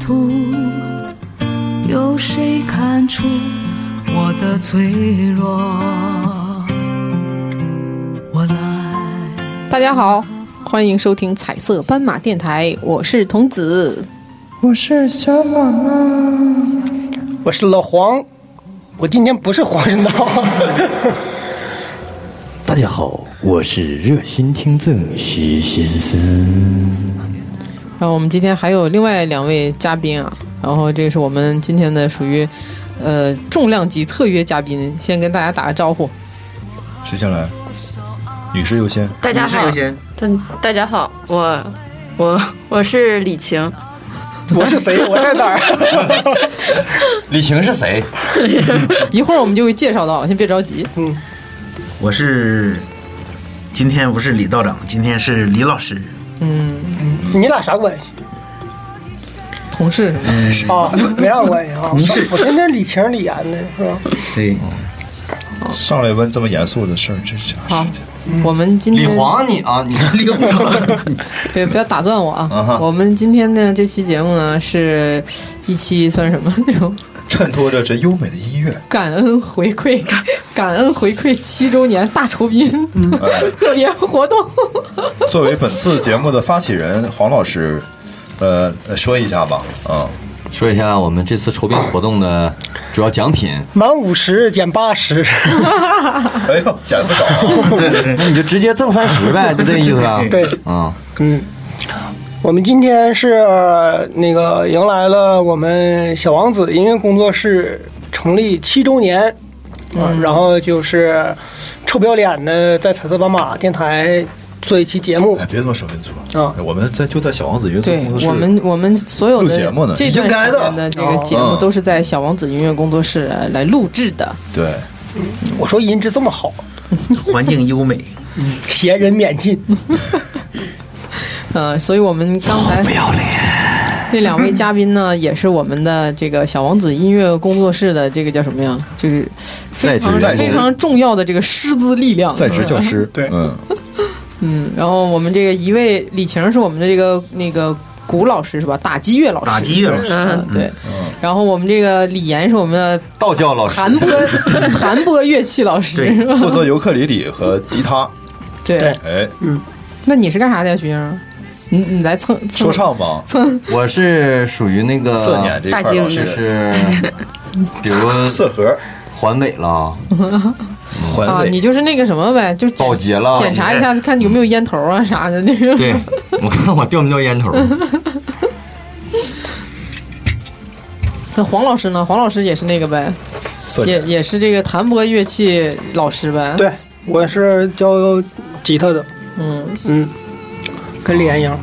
途，有谁看出我的脆弱？我来，大家好，欢迎收听彩色斑马电台，我是童子。我是小马妈，我是老黄，我今天不是黄神道，大家好，我是热心听众徐先生。然后我们今天还有另外两位嘉宾啊，然后这是我们今天的属于呃重量级特约嘉宾，先跟大家打个招呼。谁先来？女士优先。大家好，大大家好，我我我是李晴，我是谁？我在哪儿？李晴是谁？一会儿我们就会介绍到，先别着急。我是今天不是李道长，今天是李老师。你俩啥关系？同事什么的，啊，没啥关系啊。我现在李晴李岩的是吧？对，上来问这么严肃的事儿，这啥好事情？我们今李天黄，你啊，你李老师，别不要打断我啊啊哈！我们今天呢这期节目呢是一期算什么这种衬托着这优美的音乐，感恩回馈，感恩回馈七周年大酬宾嗯特别活动。作为本次节目的发起人黄老师，呃，呃说一下吧，啊、说一下我们这次筹备活动的主要奖品，满五十减八十，哎呦，减了不少啊！那你就直接赠三十呗，就这意思啊？对嗯，我们今天是呃那个迎来了我们小王子音乐工作室成立七周年，啊、然后就是臭不要脸的在彩色斑马电台做一期节目 哎，，别这么说，别这么说啊我们在就在小王子音乐对工作室，我们，我们所有录节目的呢这段应该时的间的这个节目嗯都是在小王子音乐工作室来录制的。对，我说音质这么好， 环境优美，闲人免进。呃，所以我们刚才不要脸。这两位嘉宾呢，也是我们的这个小王子音乐工作室的这个叫什么呀？就是非常在职非常重要的这个师资力量，在职教师，对嗯，嗯，然后我们这个一位李晴是我们的这个那个古老师是吧？打击乐老师，打击乐老师，嗯对。然后我们这个李岩是我们的道教老师，弹 拨弹拨乐器老师，对是吧嗯负责尤克里里和吉他，对对哎，嗯那你是干啥的呀，徐英？你你来蹭蹭说唱吧，蹭我是属于那个色年这一块大儿金老就师，是，比如色盒环尾了，环啊？卫你，就是那个什么呗，就是检保洁了，检查一下，看有没有烟头啊啥的那种。对，我看我掉没掉烟头。那黄老师呢？黄老师也是那个呗，色也年，也是这个弹拨乐器老师呗。，对，我是教吉他的，嗯，嗯，跟李岩一样。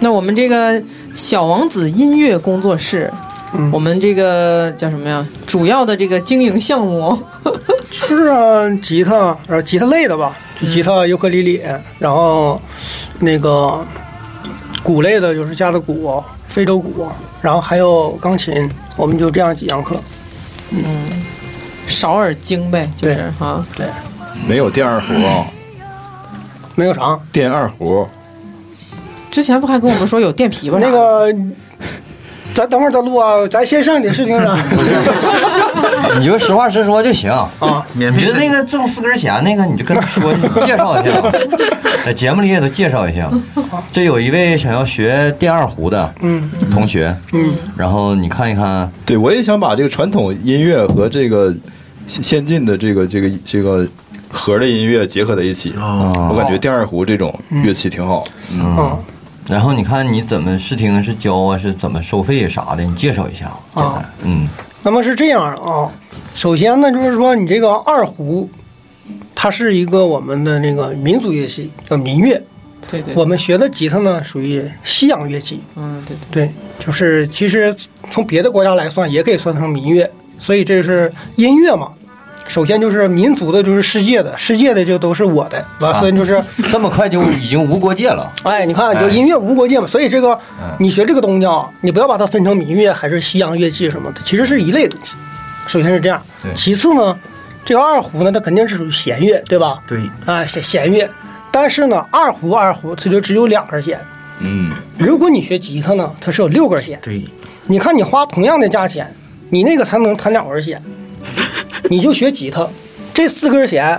那我们这个小王子音乐工作室，嗯我们这个叫什么呀？主要的这个经营项目，就是啊，吉他，然后吉他类的吧，就嗯吉他、尤克里里，然后那个鼓类的就是架子鼓、非洲鼓，然后还有钢琴，我们就这样几样课。少耳精呗，就是对啊，对，没有电二胡啊，没有啥。电二胡，之前不还跟我们说有电琵琶啥那的个，咱等会儿再录啊，咱先上点事情 啊呢。你就实话实说就行。啊免你费就的那个挣四根弦那个，你就跟他说，你介绍一下，在节目里也都介绍一下。这有一位想要学电二胡的嗯同学，嗯，然后你看一看，对，我也想把这个传统音乐和这个先先进的这个这个这个盒儿的音乐结合在一起。哦我感觉电二胡这种乐器挺好。哦啊然后你看你怎么试听是教啊，是怎么收费啥的，你介绍一下，简单，嗯，那么是这样啊，首先呢，就是说你这个二胡，它是一个我们的那个民族乐器，叫民乐。对对，我们学的吉他呢，属于西洋乐器。嗯对对，对，就是其实从别的国家来算，也可以算成民乐，所以这是音乐嘛。首先就是民族的，就是世界的，世界的就都是我的。完，啊所以就是，这么快就已经无国界了，哎，你看，就音乐无国界嘛。所以这个，你学这个东西啊，你不要把它分成民乐还是西洋乐器什么的，其实是一类东西。首先是这样，其次呢，这个二胡呢，它肯定是属于弦乐，对吧？对，啊，弦弦乐。但是呢，二胡二胡它就只有两根弦，嗯，如果你学吉他呢，它是有六根弦，对，你看你花同样的价钱，你那个才能弹两根弦，你就学吉他，这四根弦，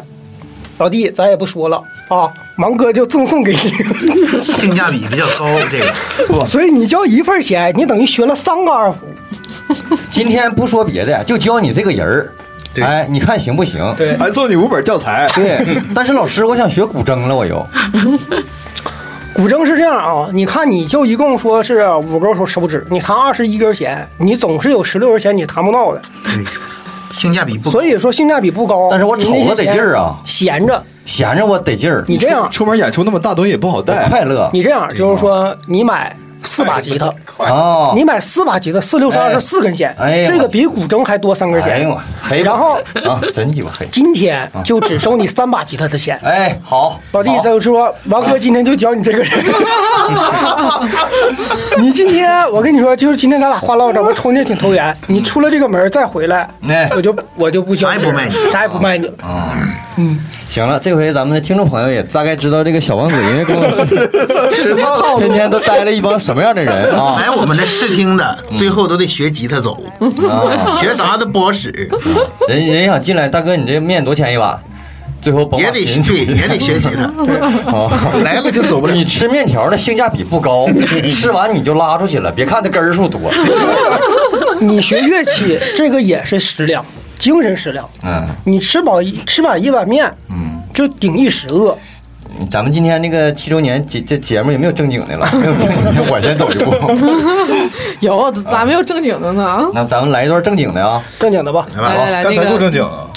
老弟咱也不说了啊，芒哥就赠送给你，性价比比较高，这个所以你交一份钱，你等于学了三个二胡。今天不说别的，就教你这个人儿，对哎，你看行不行？对还哎送你五本教材。对，但是老师，我想学古筝了，我又古筝是这样啊，你看你就一共说是五根手手指，你弹二十一根弦，你总是有十六根弦你弹不到的，对，性价比不高所。以说性价比不高。但是我瞅着得劲儿啊闲着，闲着我得劲儿，你这样，出门演出那么大东西也不好带，快乐你这样就是说你买四把吉哎他。啊！你买四把吉他，四六十二哎是四根弦，哎呀这个比古筝还多三根弦。哎呦，啊黑吧然后啊，真鸡巴黑！今天就只收你三把吉他的钱。哎，好，老弟，好他就说王哥今天就教你这个 人。你今天，我跟你说，就是今天咱俩话唠着，我瞅你也挺投缘。你出了这个门儿再回来哎，我就我就不教啥也不卖你啥也不卖你了。行了，这回咱们的听众朋友也大概知道这个小王子音乐工作 室是什么套天路？天都待了一帮什么样的人啊？来我们这试听的，最后都得学吉他走，学啥的不好使，人人想进来，大哥，你这面多少钱一碗？最后甭也把得琴对，也得学吉他。啊。来了就走不了你。吃面条的性价比不 高，吃完你就拉出去了。别看它根儿数 多，你学乐器这个也是食粮，精神食粮。嗯，你吃饱一吃满一碗面，嗯，就顶一时饿。咱们今天那个七周年节这节目有没有正经的了？没有正经的，我先走一步。 有，咋没有正经的呢？啊那咱们来一段正经的啊！正经的吧，来吧来来来，刚才那够个正经了。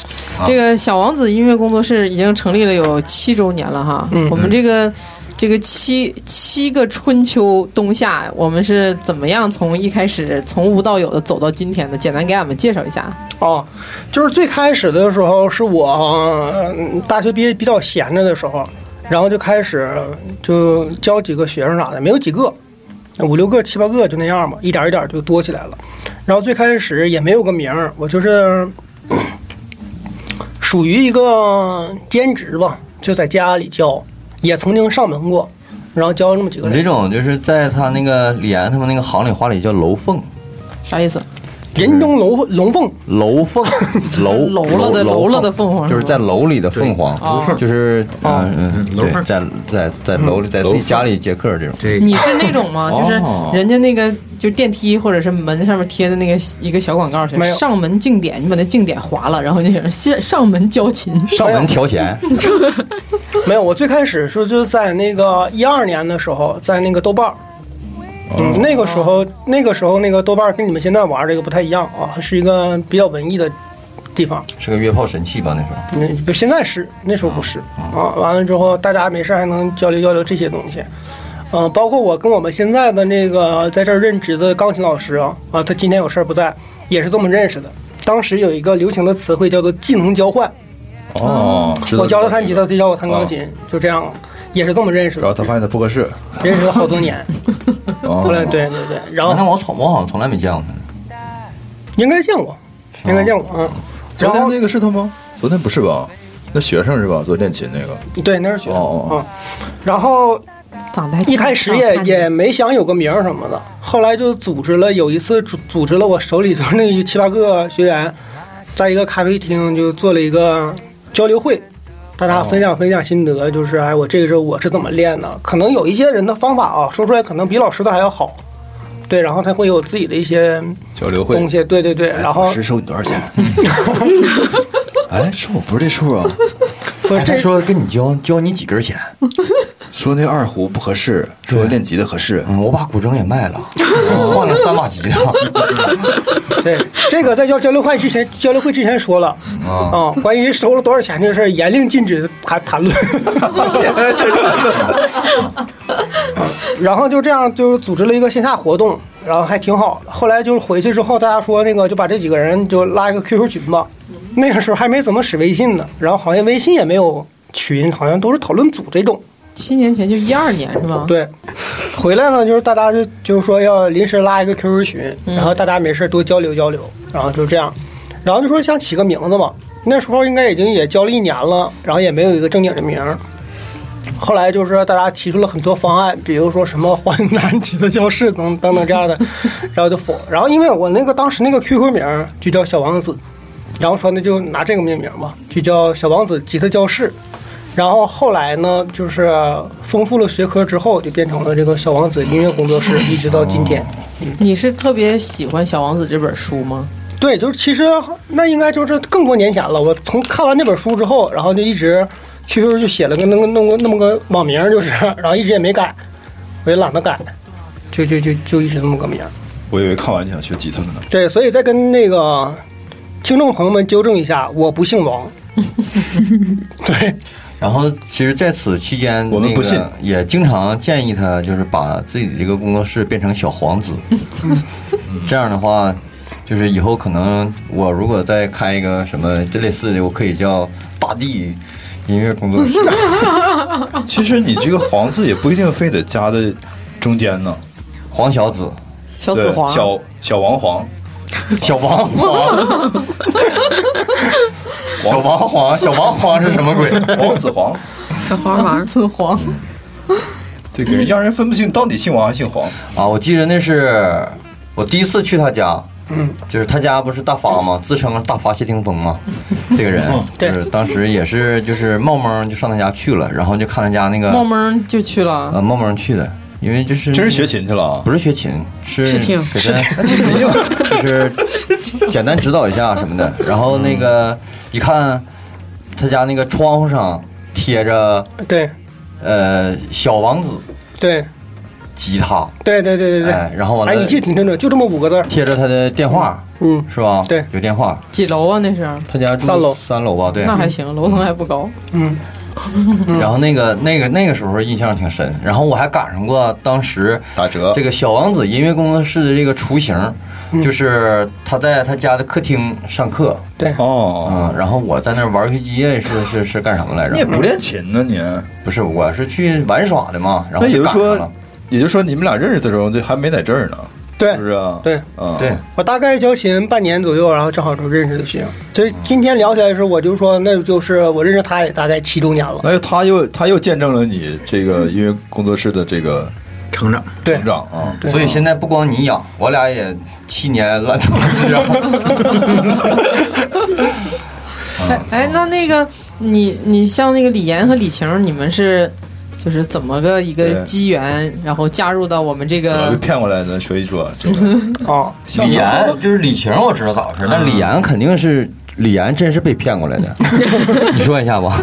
这个小王子音乐工作室已经成立了有七周年了哈。嗯我们这个这个七七个春秋冬夏，我们是怎么样从一开始从无到有的走到今天的？简单给俺们介绍一下。哦，就是最开始的时候是我、嗯大学毕业比较闲着的时候，然后就开始就教几个学生啥的，没有几个，五六个、七八个就那样吧，一点一点就多起来了。然后最开始也没有个名儿，我就是 咳属于一个兼职吧，就在家里教，也曾经上门过，然后教那么几个你这人，种就是在他那个李岩他们那个行里话里叫楼凤，啥意思？人中龙龙凤，楼 凤，楼楼了的楼楼了的凤凰就是在楼里的凤凰，就是嗯哦嗯，楼对，凤在在在嗯楼里，在自己家里接客这种。对，你是那种 吗？哦就是人家那个就电梯或者是门上面贴的那个一个小广告，是没有上门敬点，你把那敬点划了，然后就写着先上门交琴。 上门调弦， 没有，我最开始是就在那个一二年的时候，在那个豆瓣儿。哦嗯，那个时候，那个时候那个豆瓣儿跟你们现在玩儿这个不太一样啊，是一个比较文艺的地方。是个约炮神器吧？那时候。那不现在是，那时候不是哦啊。完了之后，大家没事儿还能交流交流这些东西。嗯、包括我跟我们现在的那个在这儿任职的钢琴老师啊，啊，他今天有事儿不在，也是这么认识的。当时有一个流行的词汇叫做技能交换，哦，知道我教他弹吉他，知他教我弹钢琴，就这样，也是这么认识道然后的，他发现他不合适，认识了好多年。哦后来对对对，然哦那后我从我好像从来没见过他。应该见过，应该见过，嗯。哦昨然天后那个是他吗？昨天不是吧？那学生是吧？昨天琴那个，对那是学哦啊嗯，然后长得还挺 一开始好也看的也没想有个名儿什么的，后来就组织了，有一次组组织了我手里就是那七八个学员，在一个咖啡厅就做了一个交流会，大哦家分享分享心得，就是哎我这个时候我是怎么练的，可能有一些人的方法啊，说出来可能比老师的还要好，对，然后他会有自己的一些交流会东西，对对对，然后收你多少钱？ 哎，说我不是这数啊，不哎是他这说跟你交交你几根弦，说那二胡不合适，说练吉的合适。嗯，我把古筝也卖 了，换了三把吉他。对，这个在交交流会之前，交流会之前说了啊、关于收了多少钱这个事儿，严令禁止谈谈论。 然后就这样，就是组织了一个线下活动，然后还挺好。后来就是回去之后，大家说那个就把这几个人就拉一个 QQ 群吧。那个时候还没怎么使微信呢，然后好像微信也没有群，好像都是讨论组这种。七年前就一二年是吧？对，回来呢，就是大家就就是说要临时拉一个 QQ 群，然后大家没事多交流交流，然后就这样，然后就说想起个名字嘛，那时候应该已经也交了一年了，然后也没有一个正经的名儿，后来就是大家提出了很多方案，比如说什么欢迎南极的教室等等等这样的，然后就否。然后因为我那个当时那个 QQ 名儿就叫小王子，然后说那就拿这个命名吧，就叫小王子吉他教室。然后后来呢，就是丰富了学科之后，就变成了这个小王子音乐工作室，一直到今天。你是特别喜欢《小王子》这本书吗？对，就是其实那应该就是更多年前了。我从看完这本书之后，然后就一直 QQ 就写了个那个弄个那么个网名，就是，然后一直也没改，我也懒得改，就就就就一直这么个名。我以为看完就想学吉他了呢。对，所以再跟那个听众朋友们纠正一下，我不姓王。对，然后其实在此期间，我们不信，也经常建议他就是把自己这个工作室变成小皇子，嗯这样的话，就是以后可能我如果再开一个什么这类似的，我可以叫大地音乐工 作室。其实你这个“黄”字也不一定非得加在中间呢。黄小子，小对子皇，小小王黄，小王 黄，小王黄，小王黄是什么鬼？王子黄，小黄王，子皇，对，给人让人分不清到底姓王还是姓黄。啊，我记得那是我第一次去他家，嗯，就是他家不是大发吗？自称大发谢霆锋嘛，这个人， 对就是当时也是就是冒蒙就上他家去了，然后就看他家那个冒蒙就去呃了。冒蒙去的，因为就是真是学琴去了啊！ 不是学琴，是是挺给他就是 简单指导一下什么的，然后那嗯个一看他家那个窗户上贴着对，呃小王子对，吉他，对，对，对，对，对。哎，然后完哎，了你记得挺清楚，就这么五个字儿。贴着他的电话。嗯，是吧？对有电话。几楼啊？那是，他家住三楼三楼吧？对。那还行，楼层还不高。然后那个那个那个时候印象挺深，然后我还赶上过当时打折这个小王子音乐工作室的这个雏形，嗯就是他在他家的客厅上课，哦，嗯，然后我在那玩游戏机是是是干什么来你也着？不练琴呢，你。不是，我是去玩耍的嘛，然后那也就就是赶上说了。，也就是说你们俩认识的时候，这还没在这儿呢，对是不，是啊？对，嗯，对，我大概交琴半年左右，然后正好就认识的学。所以今天聊起来的时候，我就说，那就是我认识他也大概七周年了。那他又他又见证了你这个音乐工作室的这个成长。对成长啊。所以现在不光你养，我俩也七年烂成这样。哎哎，那那个你你像那个李岩和李晴，你们是就是怎么个一个对机缘，然后加入到我们这怎么被个？骗过来的？说一说，这个啊，李岩就是李晴，我知道咋回事，但李啊岩肯定是李岩，真是被骗过来的。你说一下吧，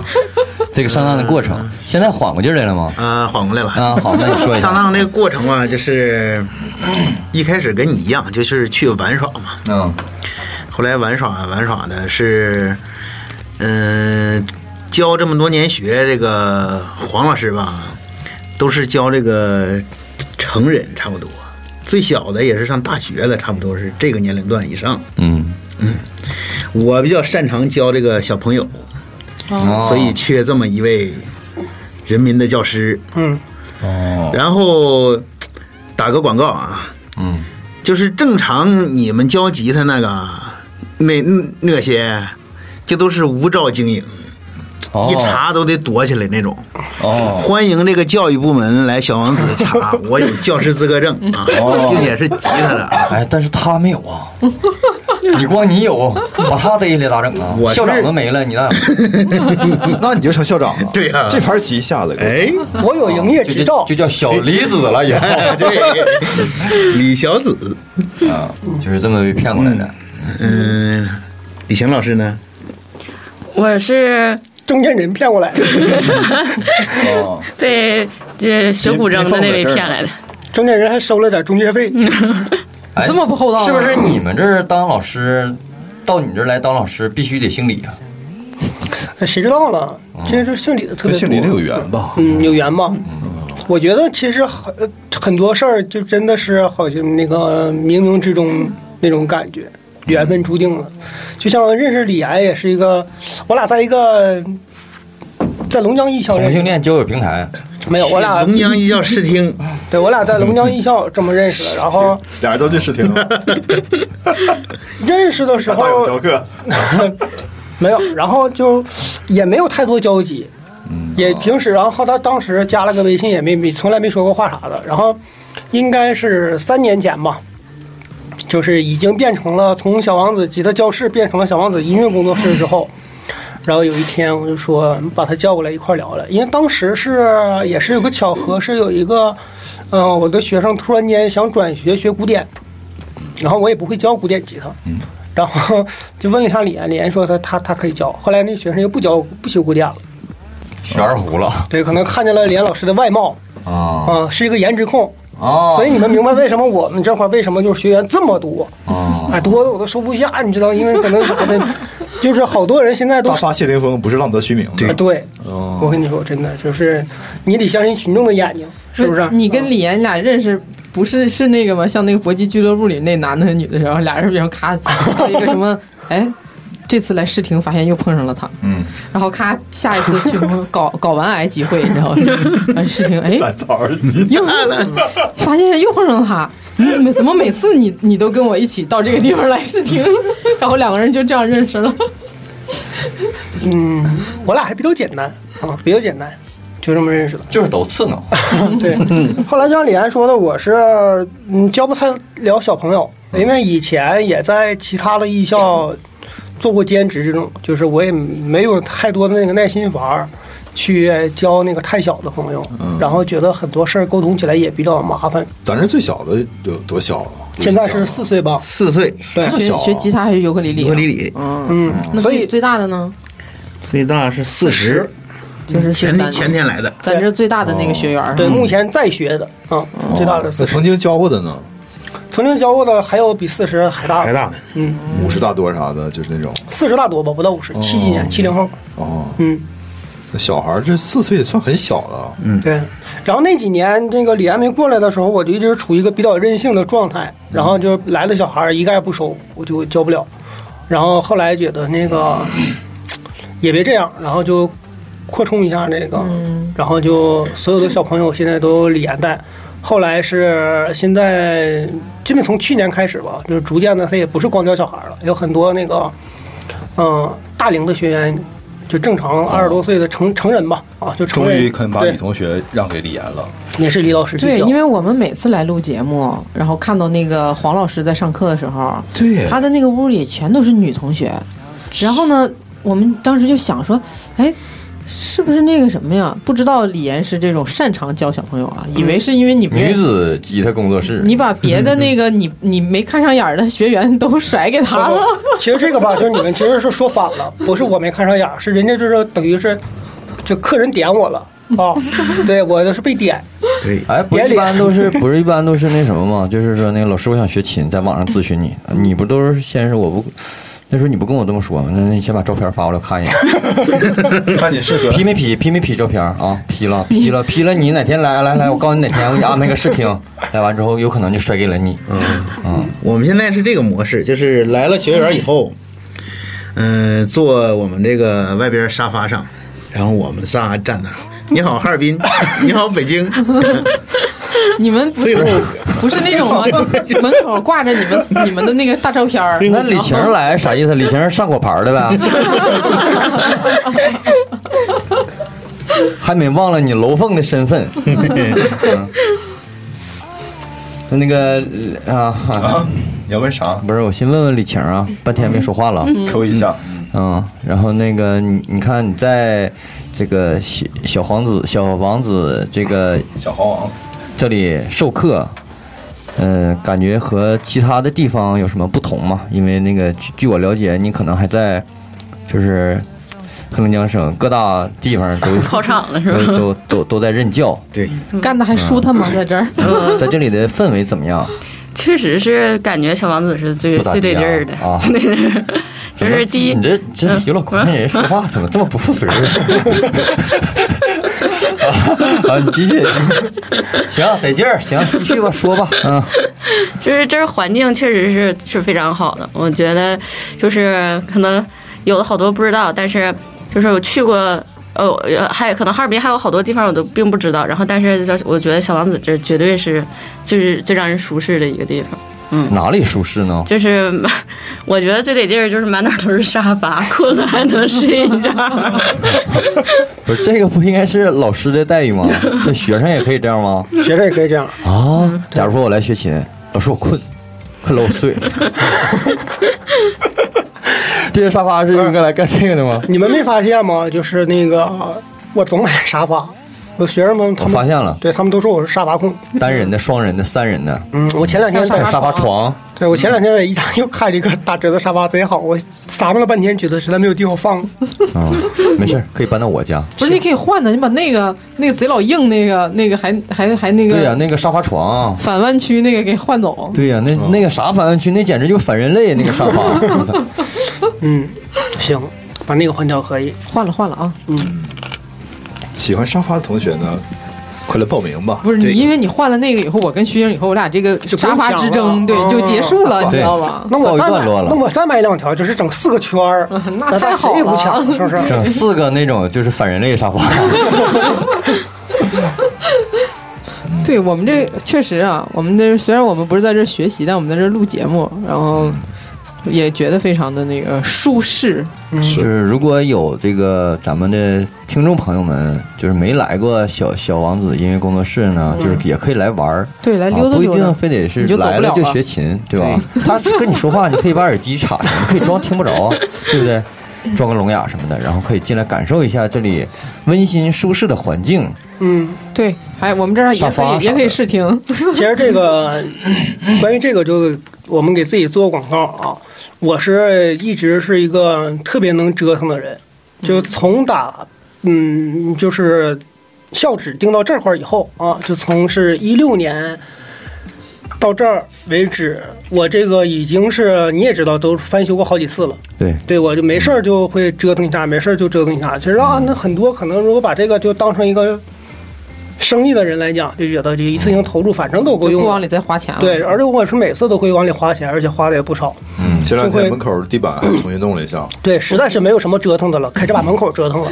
这个上当的过程，嗯 现在缓过劲儿来了吗？啊，缓过来了。啊， 好，那你说一上下。当这个过程啊，就是一开始跟你一样，就是去玩耍嘛。嗯，后来玩耍玩耍的是，嗯、教这么多年学，这个黄老师吧，都是教这个成人差不多，最小的也是上大学的，差不多是这个年龄段以上。嗯，我比较擅长教这个小朋友，哦嗯所以缺这么一位人民的教师。嗯，哦，然后打个广告啊，嗯，就是正常你们教吉他那个那那些，这都是无照经营，哦一查都得躲起来那种。哦，欢迎这个教育部门来小王子 查，我有教师资格证啊，哦并且是吉他的啊。哎，但是他没有 啊，你光你有，把他逮起来咋整啊我？是校长都没了，你咋整？那你就成校长 了。对呀 这盘棋下的，哎， 我有营业啊就执就照就。叫小李子了， 以后对，李小紫，啊，就是这么被骗过来的。嗯、李翔老师呢？我是中间人骗过来，哦，被这学古筝的那位骗来的。中间人还收了点中介费。哎这么不厚道吗啊是不啊是你们这儿当老师，到你这儿来当老师必须得姓李啊？谁知道呢？这是姓李的特别多，跟哦姓李的有缘吧？嗯，有缘吧？我觉得其实很呃很多事儿就真的是好像那个冥冥之中那种感觉，缘分注定了。就像认识李岩也是一个，我俩在一个在龙江艺校同认识性，恋交友平台，没有，我俩龙江一教试听，对我俩在龙江艺校这么认识的。然后俩人都去试 听了，认识的时大有候教课。没有，然后就也没有太多交集。嗯，也平时，然后他当时加了个微信，也没没从来没说过话啥的。然后应该是三年前吧，就是已经变成了从小王子吉他教室变成了小王子音乐工作室之后，然后有一天我就说把他叫过来一块儿聊聊，因为当时是也是有个巧合，是有一个嗯、呃我的学生突然间想转学学古典，然后我也不会教古典吉他，然后就问了一下李岩，李岩说他他他可以教，后来那学生又不教不学古典了。学二胡了对，可能看见了连老师的外貌啊啊、是一个颜值控，啊！所以你们明白为什么我们这块儿为什么就是学员这么多，啊，哎，多的我都收不下，你知道，因为可能啥 的，就是好多人现在都大杀谢霆锋不是浪得虚名的。哎对，哦嗯，我跟你说，真的就是你得相信群众的眼睛，是嗯不是？啊你跟李岩你俩认识不是是那个吗？像那个搏击俱乐部里那男的和女的时候，俩人比如咔到一个什么，哎，这次来试听发现又碰上了他，嗯，然后咔下一次去搞搞完癌集会，你知道吗？试听哎烂草儿，你又发现又碰上了他。嗯每怎么每次你你都跟我一起到这个地方来试 听，然后两个人就这样认识了。嗯，我俩还比较简单啊，比较简单，就这么认识的。就是都刺挠， 对，后来就像李安说的，我是嗯教不太了小朋友，因为以前也在其他的艺校做过兼职这种，就是我也没有太多的那个耐心玩儿。去教那个太小的朋友，然后觉得很多事儿沟通起来也比较麻烦。咱这最小的有多小啊？现在是四岁吧，四岁，对，这么学小啊学吉他还是尤克里里啊？尤克里里嗯，嗯，那所最以最大的呢，最大是四十，就是是嗯咱前天哦前天来的，咱这最大的那个学员儿对目前在学的啊，最大的那嗯四十，曾经教过的呢？曾经教过的还有比四十还大还的，大的，嗯，五十大多啥的，就是那种四十大多吧，不到五十，七几年，七零后，哦。嗯。那小孩儿这四岁也算很小了，对，然后那几年那个李安梅过来的时候，我就一直处于一个比较任性的状态，然后就来的小孩儿一概不收，我就教不了。然后后来觉得那个也别这样，然后就扩充一下那个，然后就所有的小朋友现在都李安带。后来是现在，基本从去年开始吧，就是逐渐的，他也不是光教小孩儿了，有很多那个，嗯，大龄的学员，就正常二十多岁的成成人吧，啊，就成终人于肯把对女同学让给李岩了。也是李老师去对，教因为我们每次来录节目，然后看到那个黄老师在上课的时候，对他的那个屋里全都是女同学，然后呢，我们当时就想说，哎。是不是那个什么呀？不知道李岩是这种擅长教小朋友啊，以为是因为你不认女子吉他工作室，你把别的那个你你没看上眼儿的学员都甩给他哦了。 其实这个吧，就是你们其实是说反 了，不是我没看上眼儿，是人家就是等于是，就客人点我 了啊，对我就是被点，对，哎，不别是理一般都是不是一般都是那什么吗？就是说那个老师，我想学琴，在网上咨询你，你不都是先是我不。那时候你不跟我这么说吗？那那你先把照片发过来我看一眼，看你适 合批没批？批没批照片啊？批了，批了，批了！你哪天来来来，我告诉你哪天，我给你安排个试听。来完之后，有可能就甩给了你。我们现在是这个模式，就是来了学员以后，嗯、坐我们这个外边沙发上，然后我们仨站那儿。你好，哈尔 滨；你好，北京。你们不所以是我不是那种啊门口挂着你们你们的那个大照片儿，那李晴来啥意思？李晴上果盘的呗，还没忘了你楼凤的身份。那那个啊啊，啊？你要问啥？不是，我先问问李晴啊，半天没说话了啊。扣一下。嗯，然后那个你你看你在这个小小皇子小王子这个小黄王，这里授课，呃，感觉和其他的地方有什么不同吗？因为那个据据我了解，你可能还在就是黑龙江省各大地方 都跑场了是吧？都都都都在任教，对，干的还舒坦吗？在这儿，嗯在这里的氛围怎么样？确实是感觉小王子是最不咋地啊最得劲儿的啊， 最得劲儿。就是第一嗯你，这这有老关系人说话怎么这么不负责 任？啊，你继续，行，得劲儿，行，继续吧，说吧，嗯，就是这儿环境确实是是非常好的，我觉得就是可能有的好多不知道，但是就是我去过，呃，呃还可能哈尔滨还有好多地方我都并不知道，然后但是就我觉得小王子这绝对是就是最让人舒适的一个地方，嗯哪里舒适呢？就是 我觉得最得劲儿就是满哪儿都是沙发，困了还能睡一觉。 不是这个不应该是老师的待遇 吗？这学生也可以这样吗？学生也可以这样，啊，假如说我来学琴，老师我困，快搂我睡。 这些沙发是用来干这个的吗？你们没发现吗？就是那个我总买沙发，我学生们他我们发现了，对他们都说我是沙发控。单人的、双人的、三人的，嗯，我前两天还在有沙发床，对我前两天在宜家又 看了一个打折的沙发，贼好，我撒巴了半天，觉得实在没有地方放。嗯，没事儿，可以搬到我家。不是，你可以换的，你把那个那个贼老硬那个那个还还还那对呀、个那个沙发床，反弯曲那个给换走。对呀、那那个啥反弯曲，那简直就反人类那个沙发。我 操嗯，行，把那个换掉可以。换了换了啊！喜欢沙发的同学呢，快来报名吧！不是这你，个因为你换了那个以后，我跟徐颖以后，我俩这个不沙用发抢之了争对就结束了，你知道吧？那我再告一买，段落了那我再买两条，就是整四个圈儿，嗯那咱俩太好谁也不了抢，是不是？ 整四个那种就是反人类沙发，对我们这确实啊，我们这虽然我们不是在这儿学习，但我们在这儿录节目，然后也觉得非常的那个舒适。嗯就是如果有这个咱们的听众朋友们，就是没来过小小王子音乐工作室呢，嗯就是也可以来玩儿。对，来啊哎溜达不一溜达定。非得是你就走不来了就了学琴，对吧？ 他跟你说话，你可以把耳机插上，你可以装听不 着，对不对？装个聋哑什么的，然后可以进来感受一下这里温馨舒适的环境。嗯，对，还我们这儿也沙可发以也啥可以的试听。其实这个关于这个，就我们给自己做广告啊。我是一直是一个特别能折腾的人，就从打嗯，就是校址定到这块儿以后啊，就从是一六年到这儿为止，我这个已经是你也知道，都翻修过好几次了。对，对我就没事儿就会折腾一下，没事儿就折腾一下。其实嗯啊，那很多可能如果把这个就当成一个生意的人来讲，就觉得这一次性投入反正都够就用不了往。里再花钱了。对，，而且我是每次都会往里花钱，而且花的也不少。嗯前两就会天门口地板还重新弄了一下，对，实在是没有什么折腾的了，开始把门口折腾 了，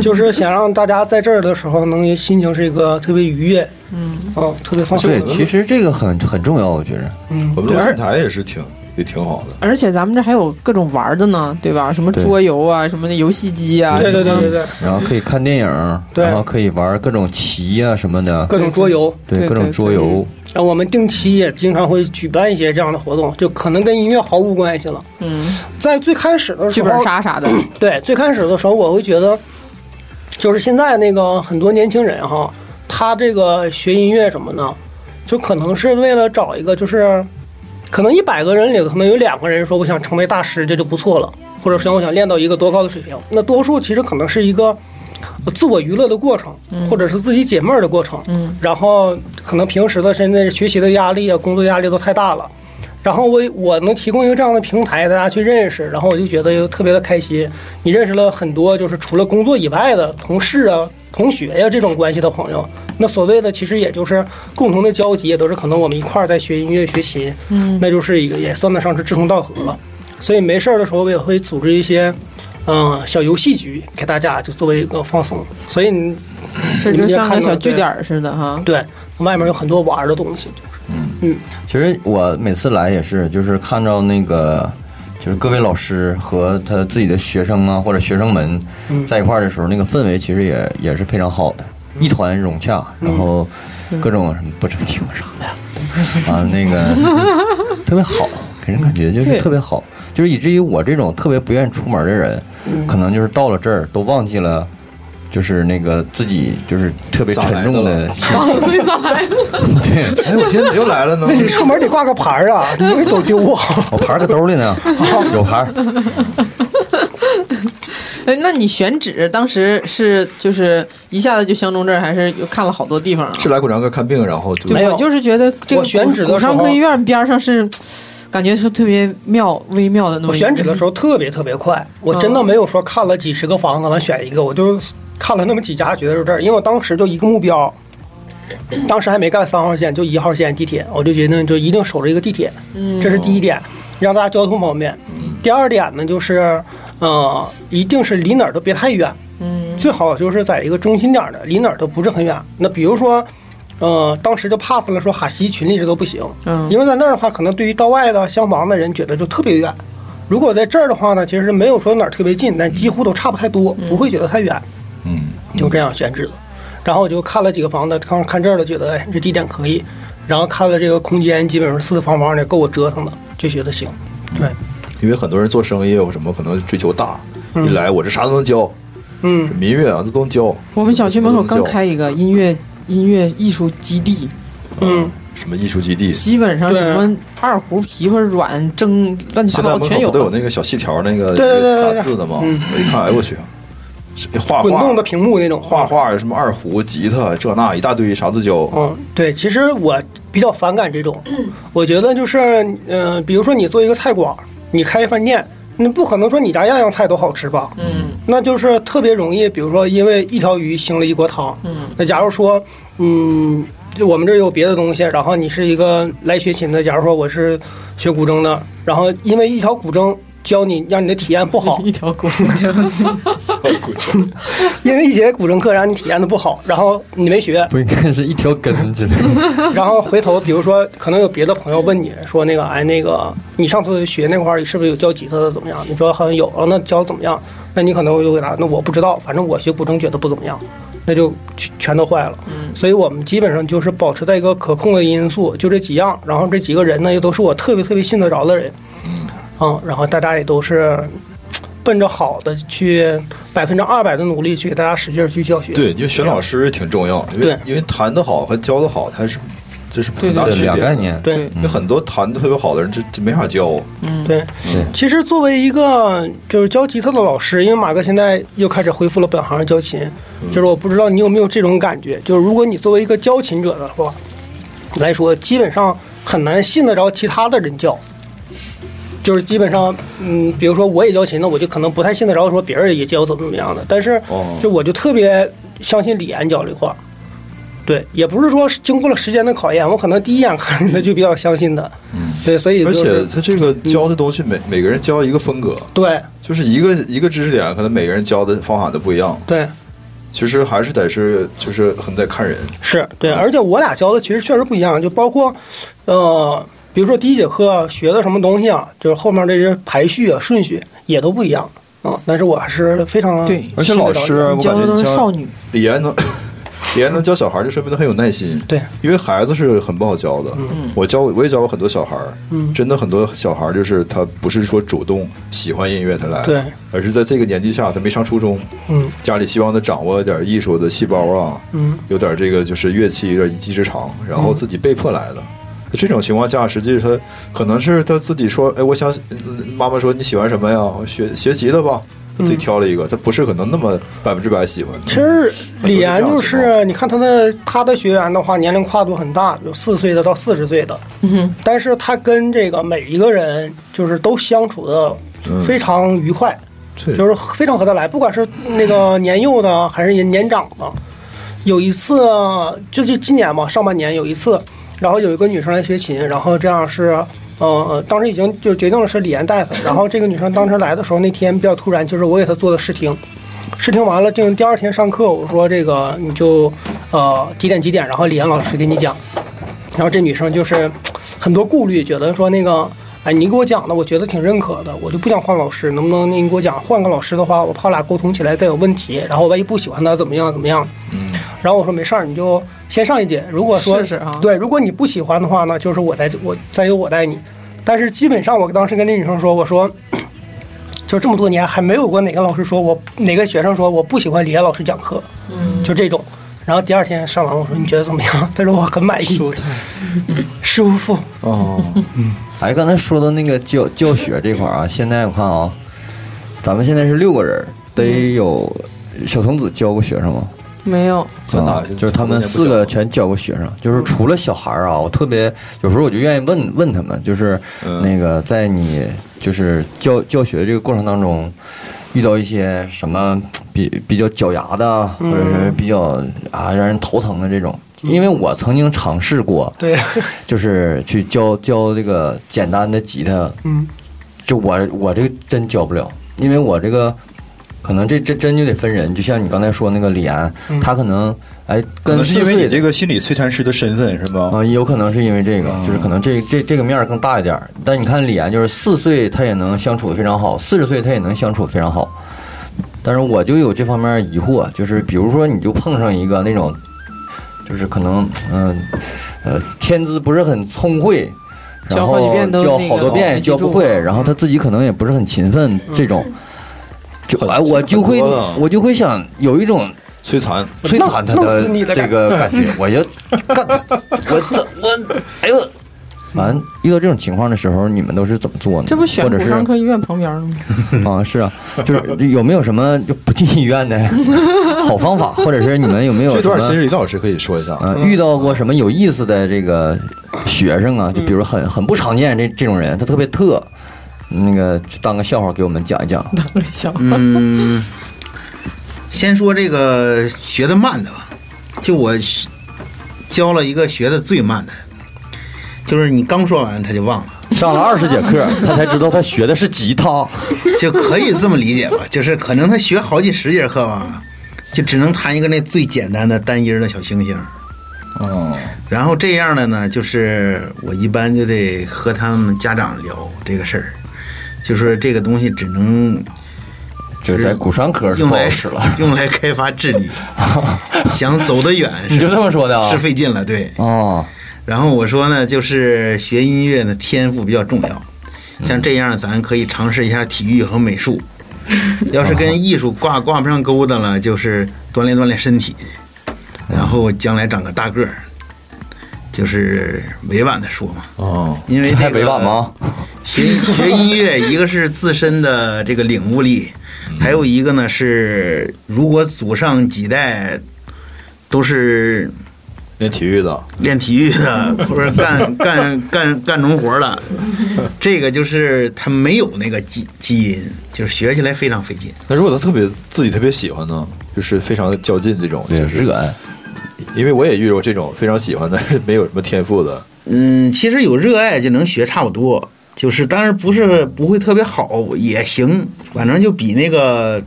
就是想让大家在这儿的时候能心情是一个特别愉悦，嗯，哦，特别放松。对，其实这个很很重要，我觉得。我们录电台也是挺也挺好的。而且咱们这还有各种玩儿的呢，对吧？什么对桌游啊，什么的游戏机啊，对对对什么对对，然后可以看电影，对然后可以玩各种棋呀、什么的，各种桌游。对对各种对桌对游。然后我们定期也经常会举办一些这样的活动，就可能跟音乐毫无关系了。嗯，在最开始的时剧候，本杀啥的，对，最开始的时候我会觉得，就是现在那个很多年轻人哈，他这个学音乐什么呢，就可能是为了找一个就是，可能一百个人里头可能有两个人说我想成为大师，这就不错了，或者说我想练到一个多高的水平。那多数其实可能是一个。呃自我娱乐的过程，或者是自己解闷儿的过程，嗯然后可能平时的现在学习的压力啊、工作压力都太大了，然后我我能提供一个这样的平台，大家去认识，然后我就觉得特别的开心。你认识了很多就是除了工作以外的同事啊、同学呀、这种关系的朋友。那所谓的其实也就是共同的交集，也都是可能我们一块儿在学音乐、学琴，嗯，那就是一个也算得上是志同道合了。所以没事儿的时候，我也会组织一些。嗯，小游戏局给大家就作为一个放松，所以你这你就们也像看个到小了据对点儿似的 哈。对外面有很多玩儿的东西，其实我每次来也是，就是看到那个，就是各位老师和他自己的学生啊，或者学生们在一块儿的时候，那个氛围其实也也是非常好的，一团融洽，然后各种什么不正经啥的啊，那个特别好，给人感觉就对是特别好，就是以至于我这种特别不愿意出门的人，可能就是到了这儿都忘记了。就是那个自己就是特别咋来沉的重的了心啊，所以咋来的？情，对哎，我天，怎么又来了呢？你出门得挂个牌儿啊，你不会走丢啊。我牌儿搁兜里呢，有牌儿。 哎，那你选址当时是就是一下子就相中这儿，还是又看了好多地方啊？ 是来骨长哥看病，然后就对没有我就是觉得这个我选骨址的骨时伤候科医院边儿上是，感觉是特别妙微妙的那么我一个选址的时候特别特别快，我真的没有说看了几十个房子完选一个，我就看了那么几家，觉得是这儿，因为我当时就一个目标，当时还没干三号线，就一号线地铁，我就决定就一定守着一个地铁，这是第一点，让大家交通方便。第二点呢，就是呃，一定是离哪儿都别太远，最好就是在一个中心点儿的，离哪儿都不是很远。那比如说。呃，当时就 pass 了，说哈西群力这都不行，嗯因为在那儿的话，可能对于到外的相防的人觉得就特别远。如果在这儿的话呢，其实没有说哪儿特别近，但几乎都差不太多，不会觉得太远，嗯，就这样选址了。然后我就看了几个房子，看看这儿的，觉得哎这地点可以，然后看了这个空间，基本上四四方方的够我折腾的，就觉得行。对，因为很多人做生意有什么可能追求大，一来我这啥都能教，嗯，民乐啊这都能教。我们小区门口都能刚教开一个音乐音乐艺术基地，嗯，什么艺术基地，基本上对什么二胡、琵琶、软、筝，乱七八现在糟门全口不都有有。那个小细条那个对对对对对嗯打字的吗？我一看，哎我去，是画滚画动的屏幕那种画画有什么二胡、吉他这那一大堆，啥都教。嗯，对，其实我比较反感 这种，我觉得就是，嗯、比如说你做一个菜馆儿，你开饭店，你不可能说你家样样菜都好吃吧？嗯，那就是特别容易，比如说因为一条鱼兴了一锅汤。嗯，，那假如说，嗯，就我们这儿有别的东西，然后你是一个来学琴的，假如说我是学古筝的，然后因为一条古筝教你，让你的体验不好 一条狗。因为一节古筝课让你体验的不好，然后你没学，不应该是一条根之类 的。然后回头，比如说，可能有别的朋友问你说那个，哎，那个你上次学那块儿是不是有教吉他的怎么样？你说好像有，哦，那教怎么样？那你可能就给他，那我不知道，反正我学古筝觉得不怎么样，那就全全都坏了。所以我们基本上就是保持在一个可控的因素，就这几样，然后这几个人呢又都是我特别特别信得着的人，嗯，然后大家也都是奔着好的去百分之二百的努力去给大家使劲儿去教学。对，因为选老师挺重要，因为对因为弹得好和教得好，它是这是对很大对区两概别。念。对对有很多弹得特别好的人，这这没法教。嗯对，对其实作为一个就是教吉他的老师，因为马哥现在又开始恢复了本行教琴，就是我不知道你有没有这种感觉，就是如果你作为一个教琴者的话来说，基本上很难信得着其他的人教。就是基本上，嗯，比如说我也教琴的，我就可能不太信得着说别人也教怎么怎么样的，但是哦就我就特别相信李岩教这块儿，对，也不是说是经过了时间的考验，我可能第一眼看 见他就比较相信的，嗯，对，所以、就而是、且他这个教的东西，每每个人教一个风格，对就是一个一个知识点，可能每个人教的方法都不一样。对，其实还是得是就是很得看人。是嗯对，而且我俩教的其实确实不一样，就包括，呃，比如说第一节课学的什么东西啊，就是后面这些排序啊、顺序也都不一样啊、但是我还是非常对而且老师，我教感的觉都是少教女，李岩能， 李岩能教小孩儿，就说明他很有耐心。对，因为孩子是很不好教的。嗯嗯我教我也教过很多小孩儿，真的很多小孩儿就是他不是说主动喜欢音乐他来，对，而是在这个年纪下他没上初中，嗯家里希望他掌握点艺术的细胞啊，嗯有点这个就是乐器有点一技之长，然后自己被迫来的。这种情况下，实际他可能是他自己说，哎，我想嗯妈妈说你喜欢什么呀？我学学吉他吧，他自己挑了一个，他不是可能那么百分之百喜欢的。嗯其实李岩就很多是这样的情是，你看他的他的学员的话，年龄跨度很大，有四岁的到四十岁的，嗯但是他跟这个每一个人就是都相处的嗯非常愉快，对就是非常合得来，不管是那个年幼的还是年年长的。有一次，就是今年嘛，上半年有一次，然后有一个女生来学琴，然后这样是，呃，当时已经就决定了是李岩带她，然后这个女生当时来的时候，那天比较突然，就是我给她做的试听，试听完了，就第二天上课，我说这个你就，呃，几点几点，然后李岩老师给你讲，然后这女生就是很多顾虑，觉得说那个，哎，你给我讲的，我觉得挺认可的，我就不想换老师，能不能那你给我讲，换个老师的话，我怕我俩沟通起来再有问题，然后万一不喜欢他怎么样怎么样。然后我说没事儿，你就先上一节，如果说试试啊对，如果你不喜欢的话呢，就是我带我再由我带你。但是基本上我当时跟那女生说，我说。就这么多年，还没有过哪个老师说我哪个学生说我不喜欢李岩老师讲课，嗯，就这种。然后第二天上完，我说你觉得怎么样？ 他说我很满意，菜舒服。 哦，还刚才说到那个教教学这块儿啊，现在我看啊，咱们现在是六个人儿，得有小童子教过学生吗？没有，咱啊俩就是他们四个全教过学生，就是除了小孩儿啊，我特别有时候我就愿意问问他们，就是嗯那个在你就是教教学这个过程当中，遇到一些什么比比较脚牙的啊，或者是比较啊让人头疼的这种，因为我曾经尝试过，对， 就是去教教这个简单的吉他，嗯就我我这个真教不了，因为我这个可能这这真就得分人，就像你刚才说那个李安，他可能哎可跟能是四因为岁你的这个心理摧残师的身份是吧？啊，有可能是因为这个，啊就是可能这这这个面儿更大一点儿。但你看李安，就是四岁他也能相处的非常好，四十岁他也能相处得非常好。但是我就有这方面儿疑惑，就是比如说你就碰上一个那种，就是可能嗯呃天资不是很聪慧，然教好后几遍都教那好个多遍没也记教不住会，然后他自己可能也不是很勤奋，这种就哎我就会嗯很多的我就会想有一种摧残，摧残他弄弄死你的这个感觉，我就干他，我这我哎呦，完遇到这种情况的时候，你们都是怎么做呢？这不选或者骨是伤科医院旁边儿吗？啊，是啊，就是有没有什么就不进医院的好方 法，或者是你们有没有这什段其么实李老师可以说一下，呃遇到过什么有意思的这个学生啊？就比如很很不常见这这种人，他特别特。那个就当个笑话给我们讲 一讲，当个小嗯，先说这个学的慢的吧，就我学教了一个学的最慢的，就是你刚说完他就忘了，上了二十节课，他才知道他学的是吉他。 就可以这么理解吧，就是可能他学好几十节课吧，就只能弹一个那最简单的单音儿的小星星。哦嗯，然后这样的呢，就是我一般就得和他们家长聊这个事儿，就是这个东西只能就是在骨伤科是用不好来使了，用来开发智 力，想走得远你就这么说的啊？是费劲了，对。哦，然后我说呢，就是学音乐呢，天赋比较重要。像这样，咱可以尝试一下体育和美术。要是跟艺术挂挂不上钩的了，就是锻炼锻炼身体，然后将来长个大个儿。就是委婉的说嘛，哦，因为、这这个、还委婉吗？学学音乐，一个是自身的这个领悟力，还有一个呢是，如果祖上几代都是练体育的，练体育的，或者干干干干农活的，这个就是他没有那个基基因，就是学起来非常费劲。那如果他特别自己特别喜欢呢，就是非常较劲这种，对，热爱。因为我也遇到这种非常喜欢但是没有什么天赋的，嗯，其实有热爱就能学差不多，就是当然不是不会特别好也行，反正就比那个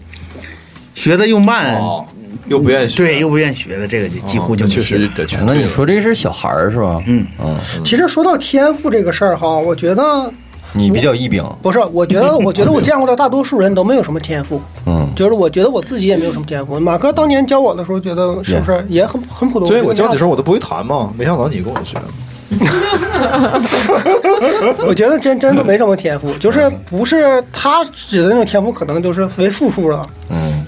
学的又慢，哦，又不愿意学，对又不愿意学的这个就几乎就哦那确没戏了实得全哎啊那对你了说这是小孩儿是吧？嗯嗯，其实说到天赋这个事儿哈，我觉得你比较一饼，不是，我觉得我觉得我见过的大多数人都没有什么天赋，嗯，就是我觉得我自己也没有什么天赋。马哥当年教我的时候，觉得是不是也很很普通？所以我教你的的时候我都不会弹嘛，没想到你跟我学， 我觉得真真的没什么天赋，就是不是他指的那种天赋，可能就是为负数了。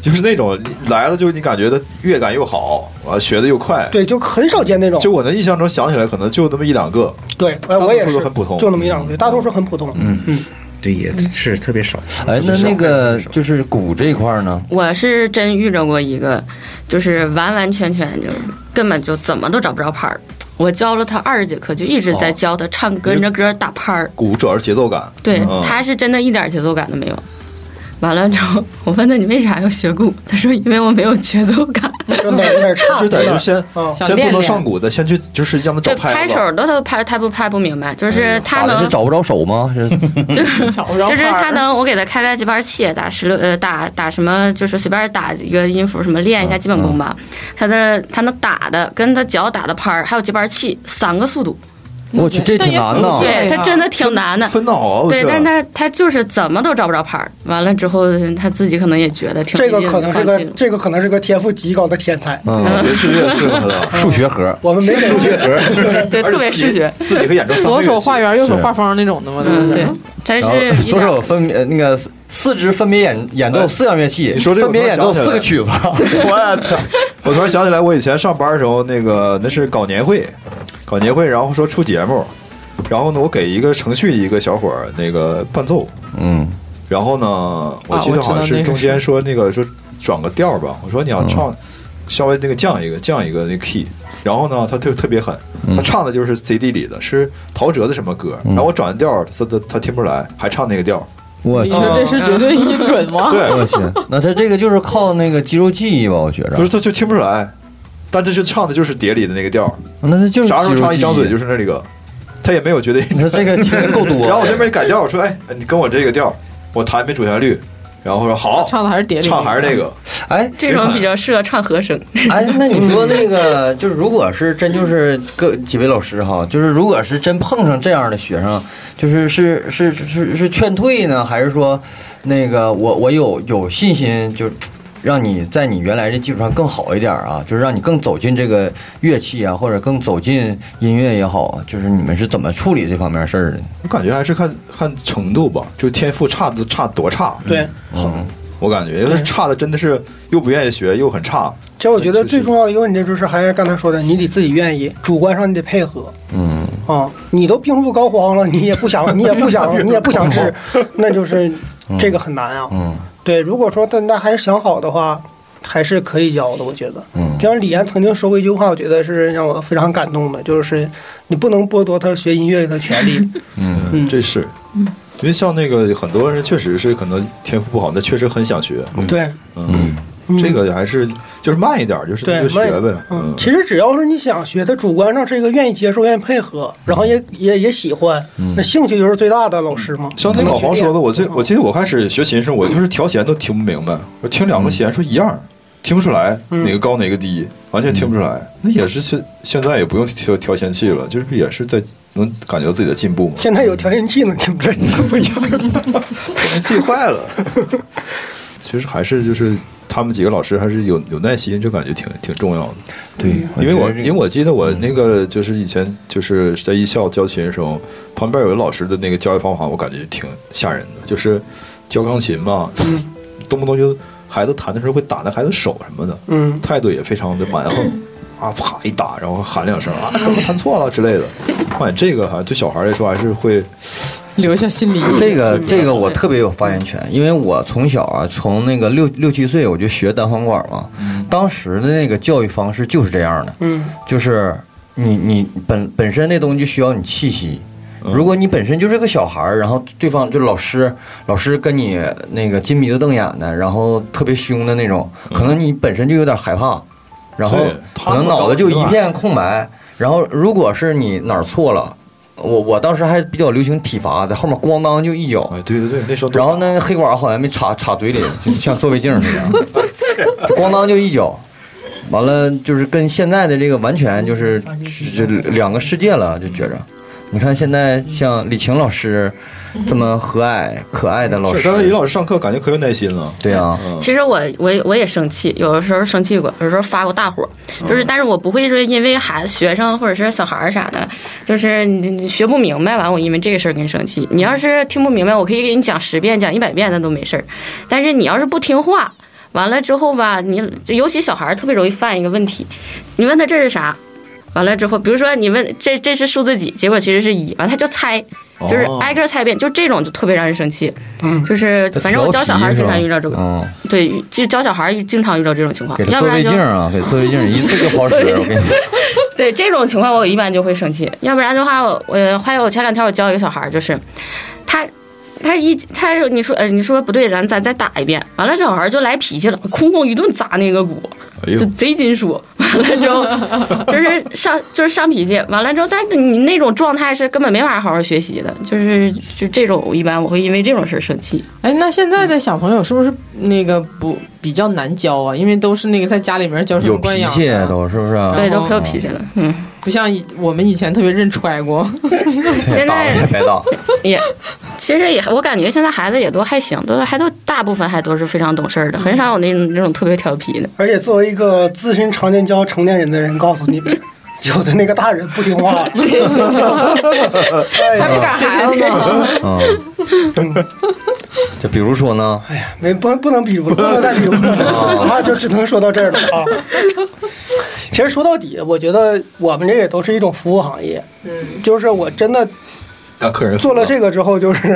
就是那种来了就是你感觉他乐感又好，完了学的又快，对，就很少见那种。就我的印象中想起来可能就那么一两个，对，哎，多我也数是都很普通就那么一两个，大多数很普通。嗯嗯，对也是特别少。哎，那那个就是鼓这一块儿呢，我是真遇着过一个，就是完完全全就是根本就怎么都找不着拍儿。我教了他二十节课，就一直在教他唱，跟着歌打拍儿。鼓主要是节奏感，对嗯，他是真的一点节奏感都没有。完了之后，我问他你为啥要学鼓，他说因为我没有节奏感。就哪儿哪儿差，就得哪就儿先啊想先不练能练上鼓的，先去就是让他找这拍哎拍子手都他拍，他不拍不明白，就是他咋的能是找不着手吗？ 是找不着就是伴儿他能，我给他开开节拍器，打十六呃打打什么，就是随便打一个音符，什么练一嗯下基本功吧。他的他能打的跟他脚打的拍儿，还有节拍器三个速度，我去，这但挺也难挺哦呐对。对啊呀他真的挺难的。分脑啊，我对，去但是他他就是怎么都找不着拍儿。完了之后，他自己可能也觉得挺这个费劲可能是就放弃个了。这个可能是个天赋极高的天才，嗯，学世界适合他。数嗯学盒，我们没给结他。 合，对而且特别自己视觉自己和演奏三个左乐手器画圆，右手是画方那种的嘛，对嗯，不对对，但然后是一左点手分别呃那个四肢分别演演奏四样乐器，哎你说这个分别演奏我突然四想起来个曲子， 我操！我突然想起来，我以前上班的时候，那个那是搞年会，搞年会，然后说出节目，然后呢，我给一个程序一个小伙儿那个伴奏， 嗯，然后呢，我记啊我知得道好像那是个中是间说那个说转个调儿吧，我说你要唱稍微那个降一个降一个那 key，然后呢，他特特别狠，他唱的就是 CD 里的，是陶喆的什么歌，然后我转完调儿，他他他听不出来，还唱那个调儿，我你去，说这是绝嗯对音准吗？对，我去，那他这个就是靠那个肌肉记忆吧，我觉着不，是他就听不出来，但这就唱的就是碟里的那个调儿，那他就是啥肌时候肉唱一张嘴记就忆。是那个，他也没有觉得。嗯 你说这个听得够多，然后我这边一改调，我说哎，你跟我这个调，我弹没主旋律，然后说好，唱的还是碟里唱还是那个，哎这种比较适合唱和声。 哎，那你说那个就是，如果是真就是各几位老师哈，就是如果是真碰上这样的学生，就是是是是是劝退呢，还是说那个我我有有信心就。让你在你原来的基础上更好一点啊，就是让你更走进这个乐器啊，或者更走进音乐也好，啊就是你们是怎么处理这方面事儿的？我感觉还是看看程度吧，就天赋差的差多差，对，嗯，我感觉有的差的真的是又不愿意学又很差，其实我觉得最重要的一个问题就是，还是刚才说的，你得自己愿意，主观上你得配合。嗯，啊，你都病入膏肓了，你也不想，你也不想，你也不想 治，嗯那就是这个很难啊。嗯，对，如果说但那还是想好的话，还是可以教的，我觉得。嗯就像李岩曾经说过一句话，我觉得是让我非常感动的，就是你不能剥夺他学音乐的权利。嗯这是，因为像那个很多人确实是可能天赋不好，但确实很想学，对，嗯，这个还是就是慢一点，就是对就，学慢呗一，嗯，其实只要是你想学，他主观上是一个愿意接受、愿意配合，然后也也也喜欢，那兴趣就是最大的老师嘛。像那能老去黄说练的，我记我记得我开始学琴时，我就是调弦都听不明白，我听两个弦说一样，听不出来嗯哪个高哪个低，完全听不出来。那也是现现在也不用调调弦器了，就是也是在能感觉到自己的进步嘛。现在有调音器呢，听不着不一样。调弦器坏了， 其实还是就是他们几个老师还是有有耐心，就感觉挺挺重要的。对，因为觉得我这个嗯因为我记得我那个就是以前就是在艺校教琴的时候，旁边有个老师的那个教育方法，我感觉挺吓人的，就是教钢琴嘛，嗯动不动就孩子弹的时候会打那孩子手什么的，嗯，态度也非常的蛮 横。啊，啪一打，然后喊两声啊，怎么弹错了 之类的。我感觉这个哈、对小孩来说还是会，留下心理阴影。这个这个我特别有发言权，因为我从小啊，从那个六六七岁我就学单簧管嘛，当时的那个教育方式就是这样的，嗯，就是你你本本身那东西就需要你气息。如果你本身就是个小孩儿，然后对方就是老师，老师跟你那个金鼻子瞪眼的，然后特别凶的那种，可能你本身就有点害怕，然后对可能脑子就一片空白。然后如果是你哪儿错了，我我当时还比较流行体罚，在后面咣当就一脚，哎，对对对，那时候都然后那个黑管好像没插插嘴里，就像做胃镜似的，咣当就一脚。完了就是跟现在的这个完全就是这两个世界了，就觉着。你看现在像李晴老师这么和蔼可爱的老是师刚才李，老师上课感觉可有耐心了，对啊，嗯其实我我也我也生气，有的时候生气过，有时候发过大火，就是但是我不会说因为孩子、学生或者是小孩儿啥的，就是你你学不明白完，我因为这个事儿跟你生气。你要是听不明白，我可以给你讲十遍、讲一百遍，那都没事儿。但是你要是不听话，完了之后吧，你尤其小孩儿特别容易犯一个问题，你问他这是啥，完了之后，比如说你问这这是数字几，结果其实是一，完他就猜，就是哦挨个儿猜一遍，就这种就特别让人生气。嗯，就是反正我教小孩儿经常遇到这个。嗯，对，就教小孩儿经常遇到这种情况给，他要做不然胃就镜啊，给做胃镜一次就好 使，我跟你说，对这种情况，我一般就会生气。要不然的话，我呃还有前两天我教一个小孩儿，就是他他一他你说呃你说不对，咱咱再打一遍，完了这小孩儿就来脾气了，哐哐一顿砸那个鼓，哎呦就，贼金属，完了 之后就是上就是上脾气，完了之后，但是你那种状态是根本没法好好学习的，就是就这种，我一般我会因为这种事儿生气。哎，那现在的小朋友是不是那个不比较难教啊？因为都是那个在家里面娇有生惯脾养气的，都是不是？啊对，都哦可有脾气了，嗯，不像以我们以前特别认揣 过。对打了还白打，也其实也我感觉现在孩子也都还行，都还都大部分还都是非常懂事儿的，很少有那种那种特别调皮的。而且作为一个资深常年教成年人的人，告诉你们，有的那个大人不听话，还不赶孩子呢，嗯，就比如说呢，哎呀，没不不能比如，不能再比如 了，那就只能说到这儿了啊。其实说到底，我觉得我们这也都是一种服务行业，就是我真的让客人做了这个之后，就是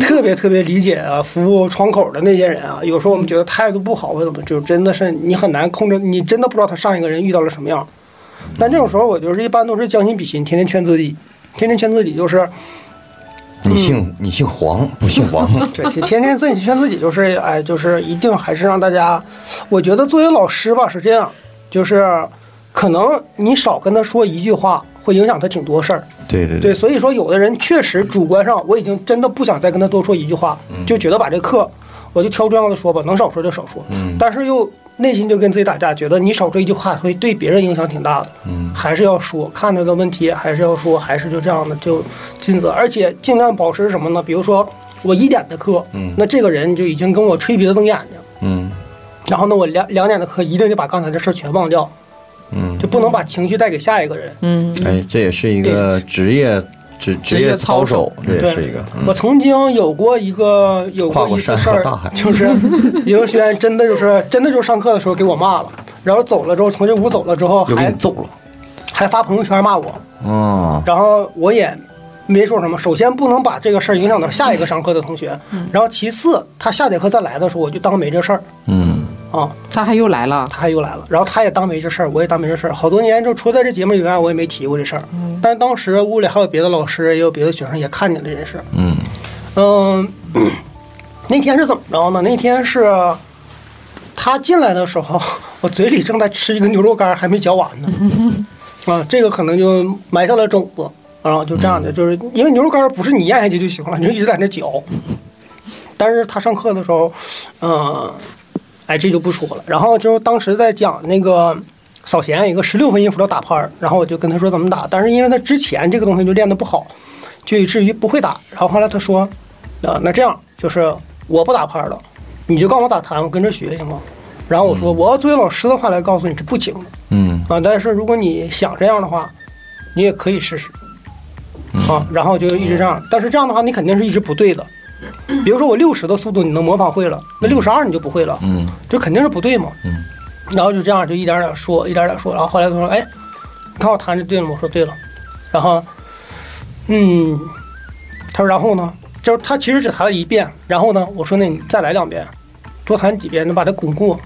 特别特别理解啊，服务窗口的那些人啊，有时候我们觉得态度不好或者怎么，就真的是你很难控制，你真的不知道他上一个人遇到了什么样。但这种时候，我就是一般都是将心比心，天天劝自己，天天劝自己，就是嗯你姓你姓黄不姓 王？对，天天天自己劝自己，就是哎，就是一定还是让大家，我觉得作为老师吧是这样，就是可能你少跟他说一句话，会影响他挺多事儿。对对对，，所嗯以说有的人确实主观上我已经真的不想再跟他多说一句话，就觉得把这课我就挑重要的说吧，能少说就少说。嗯但是又内心就跟自己打架，觉得你少说一句话会对别人影响挺大的，嗯还是要说，看这个问题还是要说，还是就这样的就尽责，而且尽量保持什么呢？比如说我一点的课，嗯那这个人就已经跟我吹鼻子瞪眼睛，嗯然后呢，我两两点的课一定就把刚才的事儿全忘掉，嗯，就不能把情绪带给下一个人。嗯，哎，这也是一个职业职职业操守，这也是一个我曾经有过一个有嗯跨过过一山次和事儿大海，就是 有个学员真的就是真的就是上课的时候给我骂了，然后走了之后从这屋走了之后又给还你揍了。还发朋友圈骂我，啊，然后我也没说什么。首先不能把这个事儿影响到下一个上课的同学，然后其次他下节课再来的时候我就当没这事儿嗯，啊， 他还又来了，他又来了，然后他也当没这事儿，我也当没这事儿。好多年就除在这节目以外，我也没提过这事儿。但当时屋里还有别的老师，也有别的学生也看见了这件事儿。嗯嗯，那天是怎么着呢？那天是呃他进来的时候，我嘴里正在吃一个牛肉干，还没嚼完呢。啊，这个可能就埋下了种子。然后就这样的，就是因为牛肉干不是你咽下去就行了，你就一直在那嚼。但是他上课的时候，嗯、哎，这就不说了。然后就是当时在讲那个扫弦有一个十六分音符的打拍儿，然后我就跟他说怎么打，但是因为他之前这个东西就练得不好，就以至于不会打。然后后来他说，啊、那这样就是我不打拍儿了，你就告诉我咋弹，我跟着学行吗？然后我说，我要作为老师的话来告诉你是不行的嗯啊，但是如果你想这样的话，你也可以试试啊。然后就一直这样，但是这样的话你肯定是一直不对的。比如说我六十的速度你能模仿会了，那六十二你就不会了，嗯这肯定是不对嘛。嗯然后就这样就一点点说，一点点说，然后后来他说：“哎，你看我弹的对了吗？”我说：“对了。”然后，嗯，他说：“然后呢？”就是他其实只弹了一遍，然后呢，我说：“那你再来两遍，多弹几遍，能把它巩固。”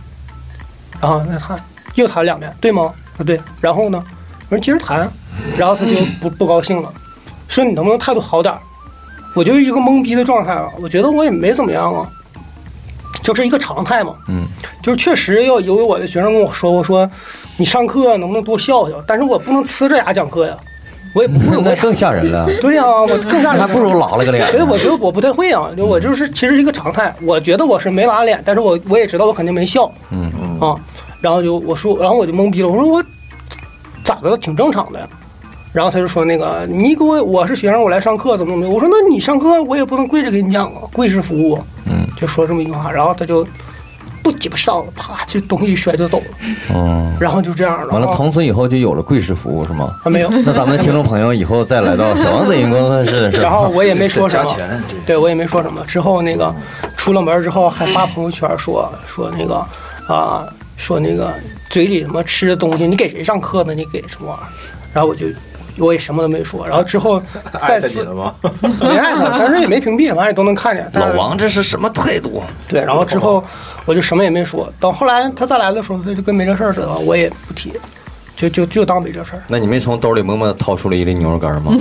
然后那他又弹两遍，对吗？我说：“对。”然后呢，我说：“接着弹。”然后他就不不高兴了，说：“你能不能态度好点儿？”我就是一个懵逼的状态啊，我觉得我也没怎么样啊，就这一个常态嘛。嗯就是确实要有我的学生跟我说过，说你上课能不能多笑笑？但是我不能呲着牙讲课呀，我也不会。我那也更吓 人了，对呀、我 更吓那人，还不如。嗯拉了个脸所以。我觉得我不太会啊，就我就是其实是一个常态。我觉得我是没拉脸，但是我我也知道我肯定没笑嗯啊。然后就我说，然后我就懵逼了，我说我咋的了？挺正常的呀。然后他就说那个你给我我是学生，我来上课怎么怎么的。我说那你上课我也不能跪着给你讲啊，跪式服务啊。嗯就说这么一句话，然后他就不鸡巴上了，啪，就东西一摔就走了，哦，然后就这样了。完了，啊从此以后就有了贵式服务是吗？啊没有， 那咱们听众朋友以后再来到小王子影工作室的时候， 然后我也没说什加么，钱，对我也没说什么。之后那个出了门之后还发朋友圈说说那个啊说那个嘴里什么吃的东西，你给谁上课呢？你给什么玩意儿？然后我就我也什么都没说。然后之后再这艾特你次了吗？ 没艾特，但是也没屏蔽，反正也都能看见。但老是王这是什么态度？对，然后之后我就什么也没说。等后来他再来的时候，他就跟没这事儿似的，我也不提，就就就当没这事儿，那你没从兜里默默掏出了一粒牛肉干 吗？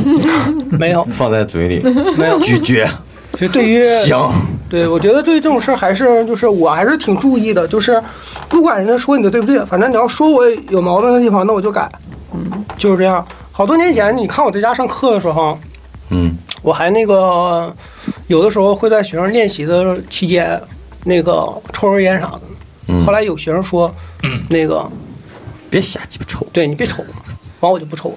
没有放在嘴里没有。咀嚼，就 对于香。对，我觉得对于这种事儿还是就是我还是挺注意的，就是不管人家说你的对不对，反正你要说我有毛病的地方，那我就改，嗯，就是这样。好多年前，你看我在家上课的时候，嗯我还那个有的时候会在学生练习的期间，那个抽根烟啥的。嗯后，来有学生说，那个别瞎鸡巴抽。对你别抽，完我就不抽了。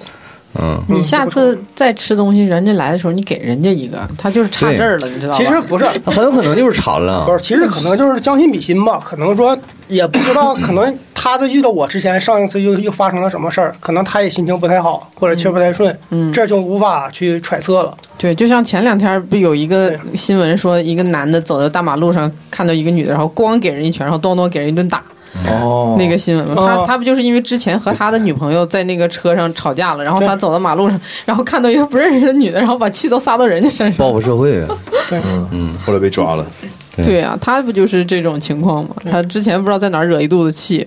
嗯，你下次再吃东西，人家来的时候你给人家一个，他就是差对这儿了，你知道吧？其实 不是，他很有可能就是馋不了。啊是，其实可能就是将心比心吧，可能说也不知道，可能他在遇到我之前，上一次又又发生了什么事儿，可能他也心情不太好，或者气儿不太顺，嗯这就无法去揣测了。对，就像前两天不有一个对新闻说，一个男的走在大马路上，看到一个女的，然后咣给人一拳，然后咚咚给人一顿打， 哦那个新闻嘛。哦他他不就是因为之前和他的女朋友在那个车上吵架了，然后他对走到马路上， 然后看到一个不认识的女的，然后把气都撒到人家身上。报复社会啊，嗯，后来被抓了，对对啊，他不就是这种情况吗？他之前不知道在哪儿惹一肚子气，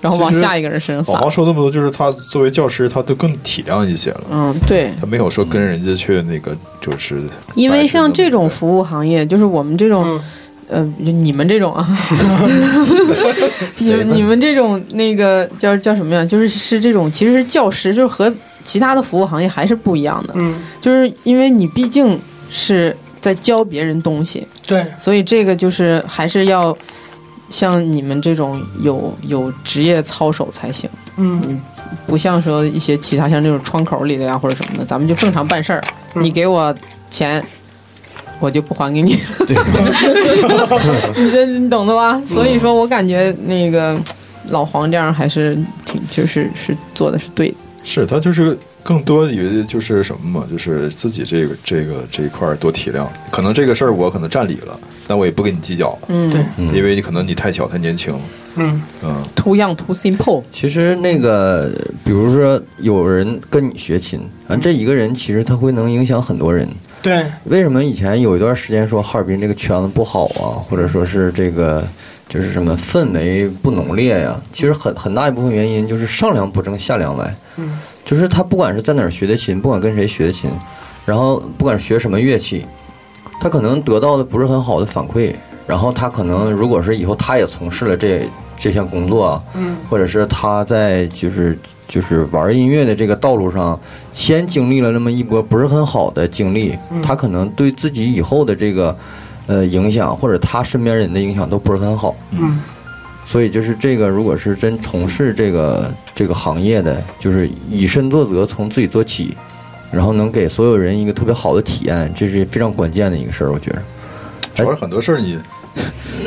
然后往其实下一个人身上撒老王。说那么多，就是他作为教师，他都更体谅一些了。嗯，对，他没有说跟人家去那个，就是因为像这种白痴服务行业，就是我们这种，嗯呃，你们这种啊，你们你们这种那个叫叫什么呀？就是是这种，其实是教师，就是和其他的服务行业还是不一样的，嗯，就是因为你毕竟是在教别人东西，对，所以这个就是还是要像你们这种有有职业操守才行，嗯，不像说一些其他像这种窗口里的呀或者什么的，咱们就正常办事儿。嗯你给我钱，我就不还给你。对，你这你懂的嗯吧？所以说我感觉那个老黄这样还是挺就是是做的是对的。是他就是更多于就是什么嘛，就是自己这个这个这一块儿多体谅。可能这个事儿我可能占理了，但我也不跟你计较了，嗯，对因为你可能你太小太年轻，嗯，嗯， too young too simple。其实那个，比如说有人跟你学琴，啊，这一个人其实他会能影响很多人。对，为什么以前有一段时间说哈尔滨这个圈子不好啊，或者说是这个就是什么氛围不浓烈呀、其实很很大一部分原因就是上梁不正下梁歪，嗯，就是他不管是在哪儿学的琴，不管跟谁学的琴，然后不管学什么乐器，他可能得到的不是很好的反馈，然后他可能如果是以后他也从事了这这项工作啊，嗯，或者是他在就是就是玩音乐的这个道路上，先经历了那么一波不是很好的经历，他可能对自己以后的这个呃影响，或者他身边人的影响都不是很好。嗯，所以就是这个，如果是真从事这个这个行业的，就是以身作则，从自己做起，然后能给所有人一个特别好的体验，这是非常关键的一个事儿，我觉得。主要是很多事儿你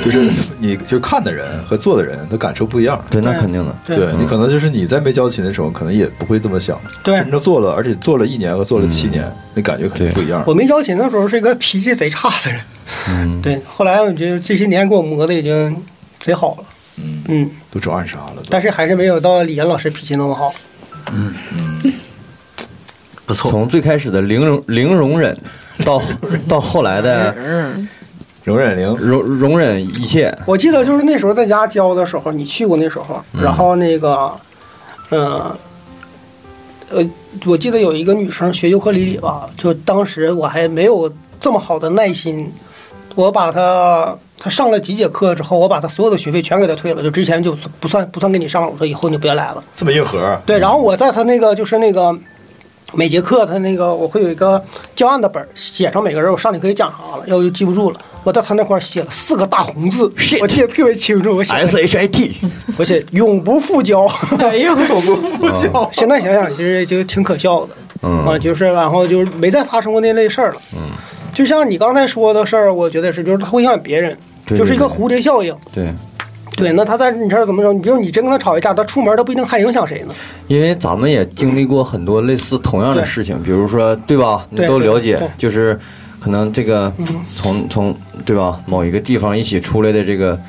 就是你就看的人和做的人，他感受不一样。对，那对肯定的。对对你可能就是你在没交琴的时候，可能也不会这么想。对真正做了，而且做了一年和做了七年，那感觉肯定不一样我。没交琴的时候是一个脾气贼差的人，嗯，对，后来我觉得这些年给我磨的已经贼好了，嗯，嗯，都整暗杀了都。但是还是没有到李岩老师脾气那么好，不错，从最开始的零容零容忍，到 到后来 的嗯，容忍零，容容忍一切，我记得就是那时候在家教的时候，你去过那时候，然后那个，呃，呃，我记得有一个女生学尤克里里吧，就当时我还没有这么好的耐心，我把她她上了几节课之后，我把她所有的学费全给她退了，就之前就不算不算给你上了，我说以后你不要来了。这么硬核。对，然后我在他那个就是那个每节课他那个我会有一个教案的本儿，写上每个人我上节课也讲啥了，要不就记不住了。我在他那块儿写了四个大红字 Shit 哎我记得特别清楚。我写 S H I T，我写永不复 交，哦哎呦， 现在想想其实就挺可笑的。啊，嗯，就是然后就是没再发生过那类事儿了。嗯，就像你刚才说的事儿，我觉得是，就是它会影响别人，对就是一个对蝴蝶效应。对，对，那他在你这儿怎么着？你比如你真跟他吵一架，他出门他不一定还影响谁呢。因为咱们也经历过很多类似同样的事情，比如说，对吧？你对都了对解对，嗯就是可能这个从从对吧某一个地方一起出来的这个，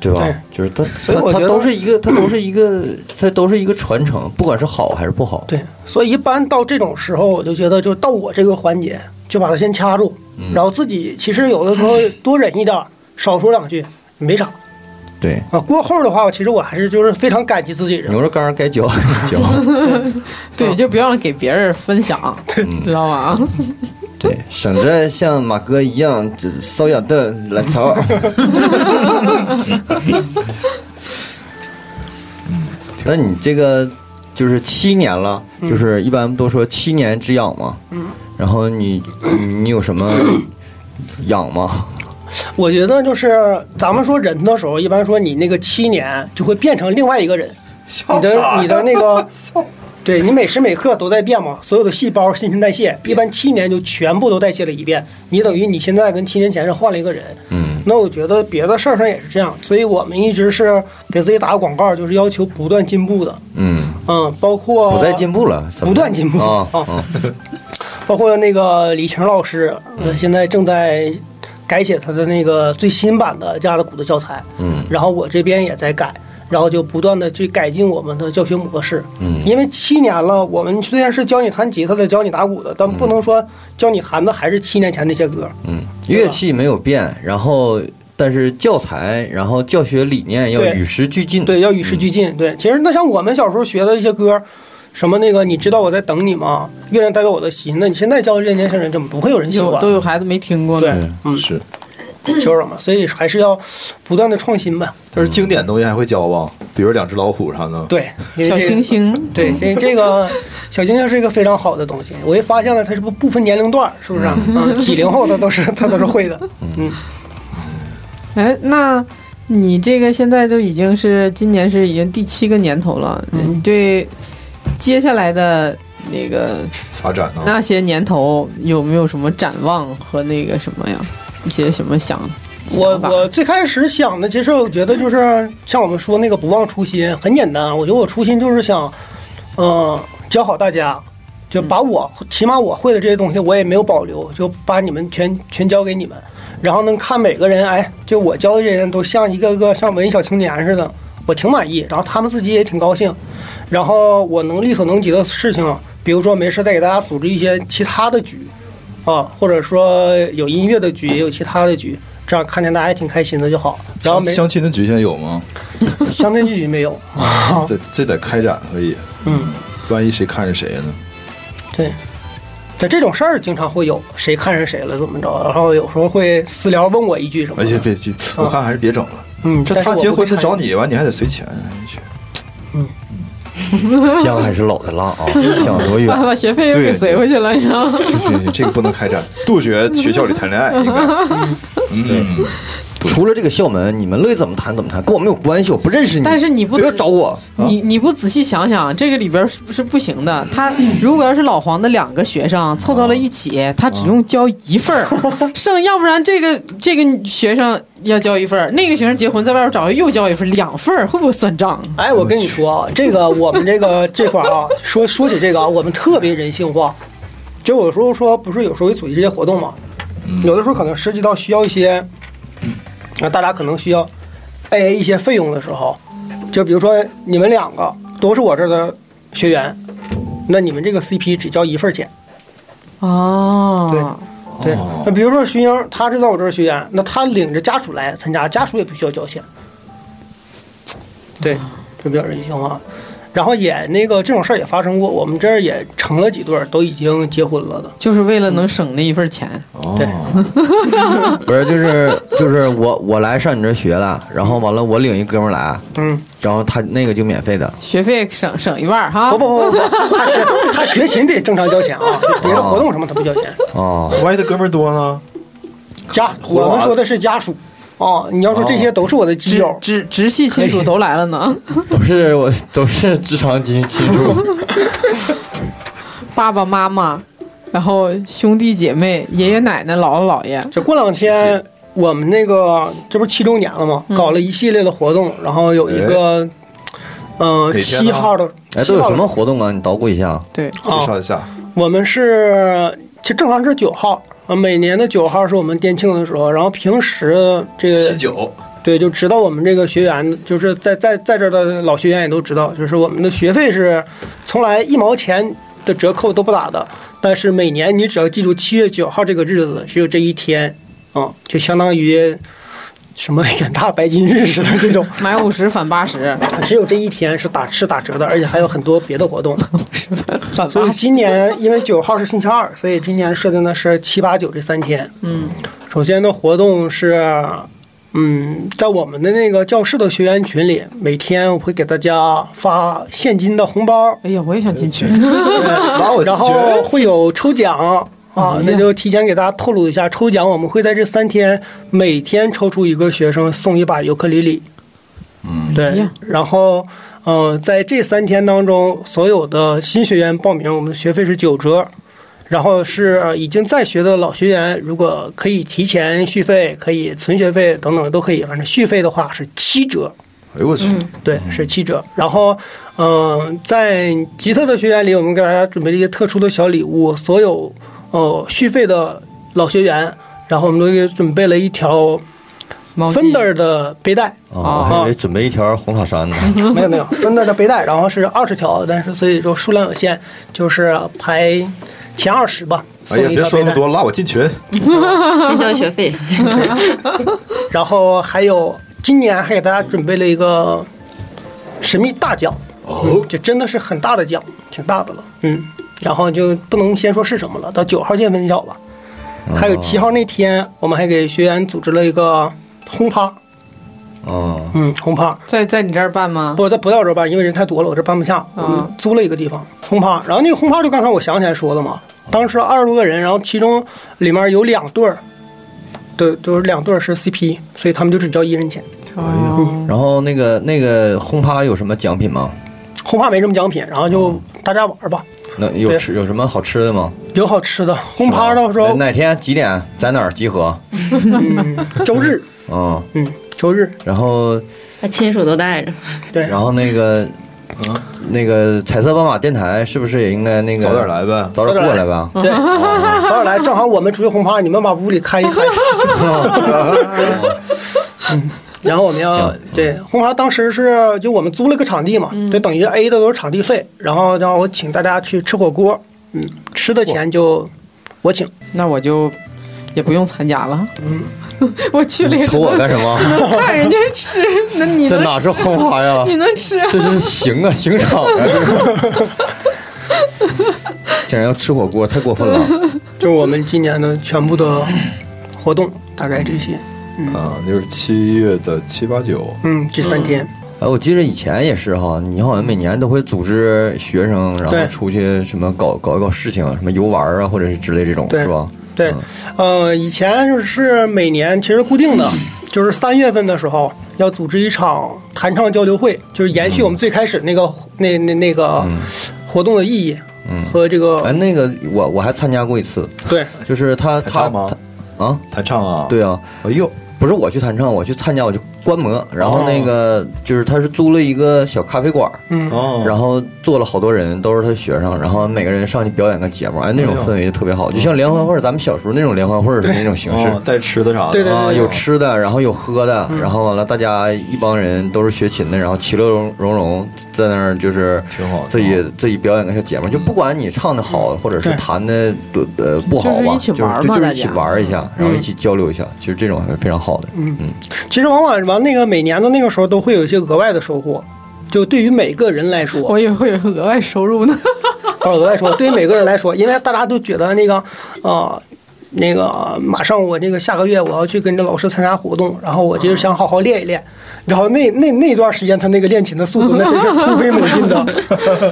对吧嗯对？就是它以我它它觉得都是一个它都是一个它都是一个传承，不管是好还是不好，对，所以一般到这种时候，我就觉得就到我这个环节，就把它先掐住，然后自己其实有的时候多忍一点儿，少说两句没啥对。啊。过后的话，我其实我还是就是非常感激自己人。牛肉干儿该嚼 还是嚼，嗯对，就不要给别人分享，知道吗？对，省着像马哥一样这搔痒的来瞧。那你这个就是七年了，就是一般都说七年之痒嘛。嗯。然后你你你有什么痒吗？我觉得就是咱们说人的时候，一般说你那个七年就会变成另外一个人，你的你的那个，对你每时每刻都在变嘛，所有的细胞新陈代谢，一般七年就全部都代谢了一遍，你等于你现在跟七年前是换了一个人。嗯，那我觉得别的事儿上也是这样，所以我们一直是给自己打个广告，就是要求不断进步的，嗯，嗯，包括不再进步了，怎么不断进步啊啊啊！包括那个李晴老师，嗯呃，现在正在改写他的那个最新版的架子鼓的教材，嗯，然后我这边也在改，然后就不断的去改进我们的教学模式，嗯因为七年了，我们虽然是教你弹吉他的，教你打鼓的，但不能说教你弹的还是七年前那些歌，嗯，乐器没有变，然后但是教材，然后教学理念要对与时俱进。对，要与时俱进，对，其实那像我们小时候学的一些歌。什么那个，你知道我在等你吗？月亮代表我的心。那你现在教这些年轻人，怎么不会有人喜有欢？都有孩子没听过对呢。，嗯， 是，就是嘛，所以还是要不断的创新吧。但是经典东西还会教吧？比如两只老虎啥的。对，因为小这个星星，对，这这个小星星是一个非常好的东西，我也发现了它是不不分年龄段儿，是不是啊？嗯几零后它都是它都是会的。哎，那你这个现在都已经是今年是已经第七个年头了，嗯你对接下来的那个嗯发展呢？那些年头有没有什么展望和那个什么呀？一些什么想我想法？我最开始想的，其实我觉得就是像我们说那个不忘初心，很简单。我觉得我初心就是想，嗯、教好大家，就嗯把我、起码我会的这些东西，我也没有保留，就把你们全全教给你们。然后能看每个人，哎，就我教的这些人都像一个个像文艺小青年似的，我挺满意。然后他们自己也挺高兴。然后我能力所能及的事情，比如说没事再给大家组织一些其他的局，啊，或者说有音乐的局，也有其他的局，这样看见大家也挺开心的就好。然后没相亲的局限有吗？相亲局没有，这这得开展可以，嗯，万一谁看着谁呢？对。但这种事儿经常会有，谁看上谁了怎么着，然后有时候会私聊问我一句什么而且的，哎别别，我看还是别整了。嗯，这但是他我结不婚会是看找见，你完，你还得 随钱。 姜还是老的辣啊，想多远把？把学费又给随回去了，你知道吗？嗯行行行，这个不能开展，杜绝学校里谈恋爱，应该。嗯，除了这个校门，你们乐意怎么谈怎么谈，跟我没有关系，我不认识你。但是你不不要 找我，你你不仔细想想，这个里边是是不行的。 他如果要是老黄的两个学生凑哦到了一起，他只用交一份 儿，剩要不然这个这个学生要交一份儿，那个学生结婚在外边找又交一份儿，两份儿会不会算账？哎，我跟你说啊，这个我们这个这块儿啊，说说起这个啊，我们特别人性化。就有时候说，不是有时候会组织这些活动嘛，有的时候可能涉及到需要一些，那大家可能需要 AA 一些费用的时候，就比如说你们两个都是我这儿的学员，那你们这个 CP 只交一份儿钱。哦，对，那比如说徐英，他是在我这儿学员，那他领着家属来参加，家属也不需要交钱。对，这比较人性化。然后也那个这种事儿也发生过，我们这儿也成了几对儿，都已经结婚了的。就是为嗯了能省那一份钱。哦，不是就是就是我我来上你这儿学了，然后完了我领一哥们儿来，嗯，然后他那个就免费的，学费省省一半儿哈不，不不不不，他学他学琴得正常交钱啊，别的活动什么他不交钱。 哦，万一他哥们儿多呢？家我们说的是家属哦，你要说这些都是我的基直友，直直系亲属都来了呢， 都是我都是职场亲亲属，爸爸妈妈，然后兄弟姐妹、爷爷奶奶、姥姥姥爷。这过两天我们那个这不是七周年了吗？搞了一系列的活动，然后有一个，嗯，哪天七呢号的， 哎，七都号有的什么活动啊？你捣鼓一下，对，介绍一下，我们是就正常是九号，呃，每年的九号是我们店庆的时候，然后平时这七个九对，就知道我们这个学员，就是在在在这儿的老学员也都知道，就是我们的学费是从来一毛钱的折扣都不打的，但是每年你只要记住七月九号这个日子，只有这一天，啊、就相当于什么远大白金日似的这种， 买五十返八十，只有这一天是打是打折的，而且还有很多别的活动。返所八以十。今年因为九号是星 期二，所以今年设定的是七八九这三天。嗯，首先的活动是，嗯，在我们的那个教室的学员群里，每天我会给大家发现金的红包，哎呀，我也想进去。呃拉我进然去。后嗯会有抽奖。啊，那就提前给大家透露一下，抽奖我们会在这三天每天抽出一个学生送一把尤克里里。嗯，哎对呀。然后，嗯、在这三天当中，所有的新学员报名，我们的学费是九折。然后是呃已经在学的老学员，如果可以提前续费，可以存学费等等都可以，反正续费的话是七折。哎呦我去，对，是七折。然后，嗯、在吉特的学员里，我们给大家准备了一些特殊的小礼物，所有呃续费的老学员，然后我们都给准备了一条 毛巾 Fender 的背带，哦，我还以为准备一条红 塔山呢，没有没有 Fender 的背带，然后是二十条，但是所以说数量有限，就是排前二十吧，哎送呀，一别条说背那带。么多，拉我进群。先交学 费。然后还有今年还给大家准备了一个神秘大奖，哦，这真的是很大的奖，挺大的了，嗯，然后就不能先说是什么了，到九号见分晓吧。还有七号那天，我们还给学员组织了一个轰趴，嗯，嗯，红趴在在你这儿办吗？不在不在我这儿办，因为人太多了，我这办不下。我们租了一个地方轰趴，然后那个轰趴就刚才我想起来说的嘛，当时二十多个人，然后其中里面有两对儿，对，就是两对儿是 CP，所以他们就只交一人钱。哦，然后那个那个轰趴有什么奖品吗？轰趴没什么奖品，然后就大家玩儿吧，那有对吃有什么好吃的吗？有好吃的。轰趴到时哪候，哪天几点在哪儿集合？嗯，周日，嗯，嗯，周日，然后把亲属都带着，对，然后那个那个彩色斑马电台是不是也应该那个早点，来呗。早点过来吧？对，早点来，正好我们出去轰趴，你们把屋里开一开。然后我们要行对红花当时是就我们租了个场地嘛，就等于 A 的都是场地费，然后然后我请大家去吃火锅，嗯，吃的钱就我请，那我就也不用参加了。嗯 我去了也只瞅我能干什么？看人家吃，那你这能哪是轰趴呀？你能吃？这是行啊，刑场啊！这是 竟然要吃火锅，太过分了！就是我们今年的全部的活动，大概这些，啊，就是七月的七八九，嗯，这三天，哎，我记得以前也是哈，你好像每年都会组织学生，然后对出去什么搞搞一搞事情，什么游玩啊，或者是之类这种，对是吧？对，呃，以前就是每年其实固定的，就是三月份的时候要组织一场弹唱交流会，就是延续我们最开始那个那那那个活动的意义和这哎，个那个我我还参加过一次，对。就是他弹他唱吗他？啊，弹唱啊？，对啊，哎呦，不是我去弹唱，我去参加，我去观摩。然后那个、就是他是租了一个小咖啡馆，嗯哦，然后坐了好多人，都是他学生，然后每个人上去表演个节目，哎，那种哎呦氛围就特别好，就像联欢会儿，咱们小时候那种联欢会儿的那种形式。哦，带吃的啥的，对对对啊，有吃的，然后有喝的，然后完了，大家一帮人都是学琴的，然后其乐融融融，在那儿就是挺好的啊自己自己表演个小节目，就不管你唱的好，或者是对弹的多呃不好吧，就就是一起玩儿嘛就大就家一起玩儿一下，然后一起交流一下，其实这种还是非常好的。其实往往完那个每年的那个时候都会有一些额外的收获，就对于每个人来说，我以为会有额外收入呢。哦，额外收获对于每个人来说，因为大家都觉得那个呃。那个马上我这个下个月我要去跟着老师参加活动，然后我就是想好好练一练，然后那那那段时间他那个练琴的速度那真是突飞猛进 的，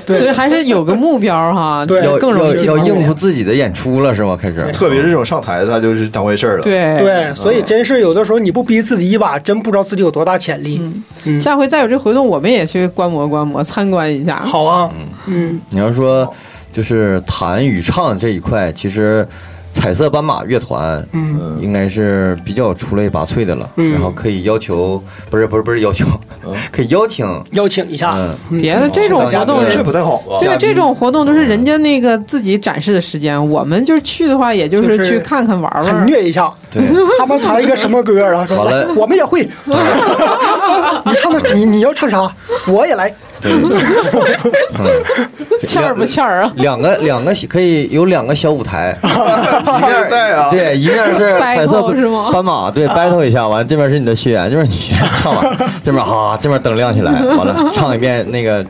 所以还是有个目标哈， 对要更容易进要步要应付自己的演出了是吗？开始，特别是这种上台的，他就是当回事儿了。，对。对，所以真是有的时候你不逼自己一把，真不知道自己有多大潜力。嗯嗯下回再有这活动，我们也去观摩观摩、参观一下。好啊，嗯，你要说就是弹与唱这一块，其实彩色斑马乐团，嗯，应该是比较出类拔萃的了。嗯然后可以要求，不是不是不是要求，嗯 可以邀请，邀请一下，嗯，别的这种活动对，这不太好吧？ 对嘉宾这种活动都嗯是人家那个自己展示的时间，我们就是去的话，也就就是是去看看玩玩很儿。虐一下，对，嗯他们弹一个什么歌，然后说完了来我们也会。 你唱的你你要唱啥，我也来。欠儿不欠儿 啊？ 两个两个可以有两个小舞台，比赛 啊，对，一面是彩色 Battle 是吗斑马，对，battle 一下，完这边是你的学员，这边你学员唱完，这边啊，这边灯亮起来，完了唱一遍那个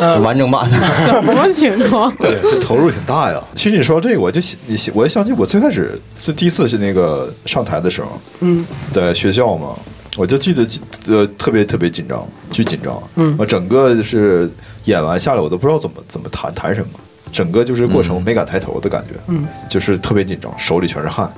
嗯完整版的。什么情况？哎呀这投入挺大呀。 其实你说这个，我就想你想我就想起我最开始是第一次是那个上台的时候，嗯，在学校嘛，我就记得呃特别特别紧张，巨紧张，嗯，我整个就是演完下来，我都不知道怎么怎么谈谈什么，整个就是过程我没敢抬头的感觉，嗯，就是特别紧张，手里全是汗。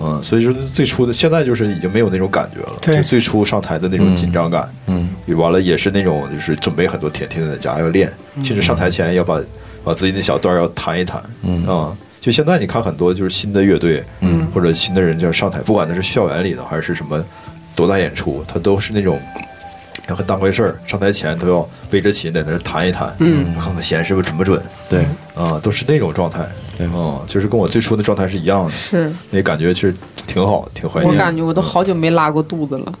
嗯，所以说最初的现在就是已经没有那种感觉了，对就最初上台的那种紧张感，嗯，完了也是那种就是准备很多天，天天在家要练，甚至上台前要把把自己那小段儿要弹一弹，嗯啊，就现在你看很多就是新的乐队，嗯，或者新的人就是上台，不管他是校园里的还是什么多大演出，他都是那种。要很当回事儿，上台前都要背着琴在那儿弹一弹，嗯，看看弦是不是准不准，对，啊，都是那种状态，对啊，就是跟我最初的状态是一样的，是那感觉是挺好，挺怀我念的。感觉我都好久没拉过肚子了。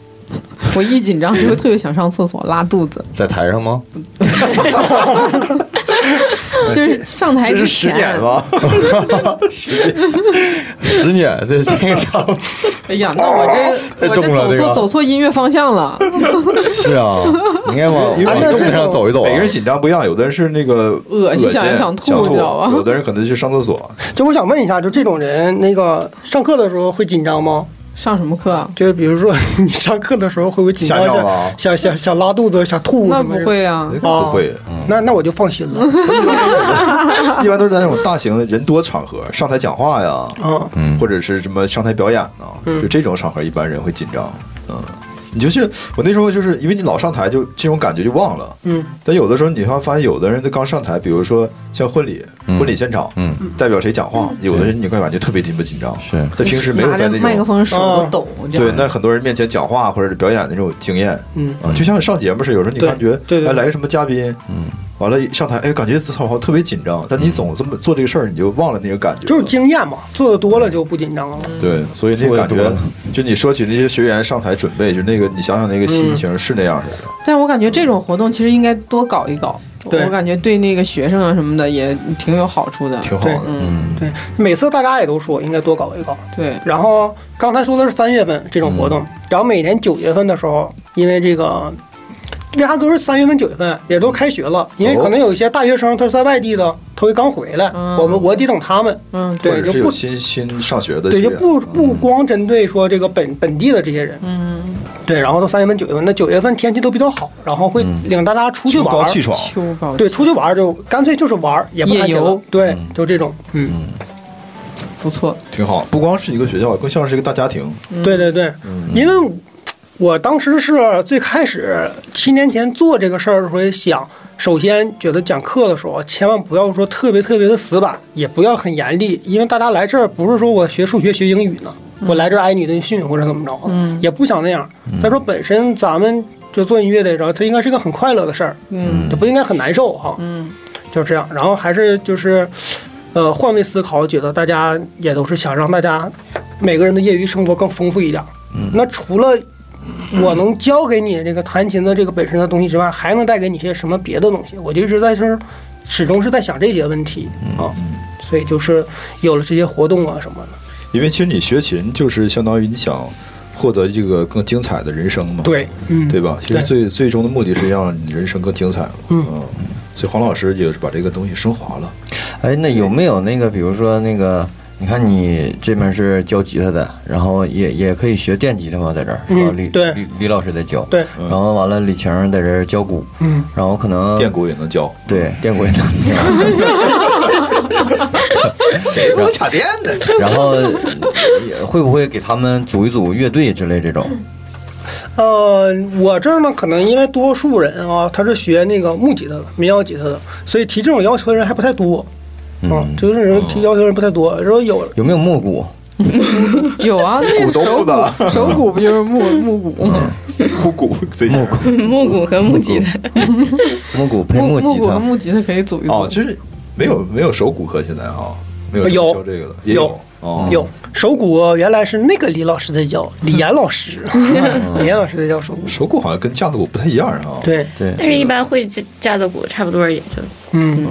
我一紧张就会特别想上厕所拉肚子，在台上吗？就是上台哎这之是十前点，吧？十年，对这个差不多。哎呀，那哦我这我太重了走这错个走错音乐方向了，是啊，你应该往因为往这重种上走一走啊。每个人紧张不一样，有的人是那个恶心想想吐想你知道吧啊有的人可能去上厕所，就我想问一下，就这种人，那个上课的时候会紧张吗？上什么课啊？就是比如说你上课的时候会不会紧张一吓尿了下啊，想想想拉肚子、想吐那什么不的？会啊，不 会，嗯那那我就放心了。一般都是在那种大型的人多场合上台讲话呀，啊，嗯或者是什么上台表演呢、嗯就这种场合一般人会紧张，嗯。你就是我那时候就是因为你老上台就，这种感觉就忘了。嗯，但有的时候你会发现，有的人他刚上台，比如说像婚礼，婚礼现场，嗯，代表谁讲话，有的人你会感觉特别紧不紧张。是他平时没有在拿那着麦克种哦风手都抖，这对样那很多人面前讲话或者是表演那种经验，嗯啊，就像上节目似的，有时候你对感觉对对哎来个什么嘉宾，嗯，完了一上台哎感觉好像特别紧张，但你总这么做这个事儿，你就忘了那个感觉，就是经验嘛，做的多了就不紧张了。嗯对，所以那个感说得多觉了，就你说起那些学员上台准备，就那个你想想那个嗯心情是那样似的。但我感觉这种活动其实应该多搞一搞，对我感觉对那个学生啊什么的也挺有好处的。挺好嗯的，对，每次大家也都说应该多搞一搞。对，然后刚才说的是三月份这种活嗯动，然后每年九月份的时候，因为这个。为啥都是三月份、九月份，也都开学了？哦因为可能有一些大学生他是在外地的，他会刚回来，嗯我们我得等他们。嗯，或对，者就是不有新新上学的学对，就员，不不光针对说这个本本地的这些人，嗯，对，然后到三月份、九月份，那九月份天气都比较好，然后会领大家出去秋玩高儿，气爽，秋高对，出去玩儿就干脆就是玩儿，也不夜看钱了游对，就这种，嗯，不错，挺好。不光是一个学校，更像是一个大家庭。嗯对对对，因为我当时是最开始七年前做这个事儿的时候，也想，首先觉得讲课的时候千万不要说特别特别的死板，也不要很严厉，因为大家来这儿不是说我学数学学英语呢，我来这儿挨牛顿训或者怎么着，啊嗯也不想那样。再说本身咱们就做音乐的，然后它应该是一个很快乐的事儿，嗯就不应该很难受哈。嗯，就是这样。然后还是就是，呃，换位思考，觉得大家也都是想让大家每个人的业余生活更丰富一点。嗯，那除了我能教给你这个弹琴的这个本身的东西之外，还能带给你些什么别的东西？我就一直在这儿，始终是在想这些问题啊。所以就是有了这些活动啊什么的，因为其实你学琴就是相当于你想获得这个更精彩的人生嘛，对，嗯，对吧？其实对最最终的目的是让你人生更精彩嘛。嗯所以黄老师也是把这个东西升华了。哎，那有没有那个，比如说那个，你看你这边是教吉他的，然后也也可以学电吉他嘛，在这儿是吧？嗯李对李李老师在教，对，然后完了李晴在这儿教鼓，嗯，然后可能电鼓也能教，对电鼓也能教，谁 不能卡电的？然后也会不会给他们组一组乐队之类这种？呃，我这儿呢，可能因为多数人啊，他是学那个木吉他的、民谣吉他的，所以提这种要求的人还不太多。嗯啊，就是人哦提要求的人不太多。说有有没有木鼓？有啊，那股东手鼓手鼓不就是木木嗯鼓吗？木鼓最近 木鼓和木吉他，木鼓配木木木吉鼓和他，木吉他可以组一哦，组，其实没有没有手骨科现在啊，没有有教这个的也有哦，有手鼓，啊原来是那个李老师在教，李岩老师，嗯 李岩老师在教手鼓。手骨好像跟架子鼓不太一样啊。，对，对，但是一般会架架子鼓，差不多也就嗯，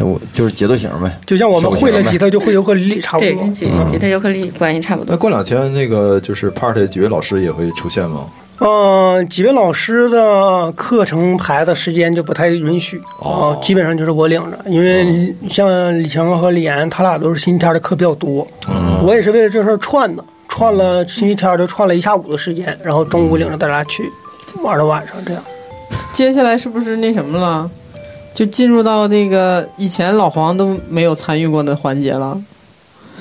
我就是节奏型呗。就像我们手型会了呗吉他，就会尤克里里差不对，多跟。吉吉他尤克里里关系差不那多。过两天那个就是 party 几位老师也会出现吗？嗯，几位老师的课程排的时间就不太允许啊哦，基本上就是我领着，因为像李强和李岩，他俩都是星期天的课比较多，我也是为了这事儿串的，串了星期天就串了一下午的时间，然后中午领着大家去玩到晚上这样。接下来是不是那什么了？就进入到那个以前老黄都没有参与过的环节了。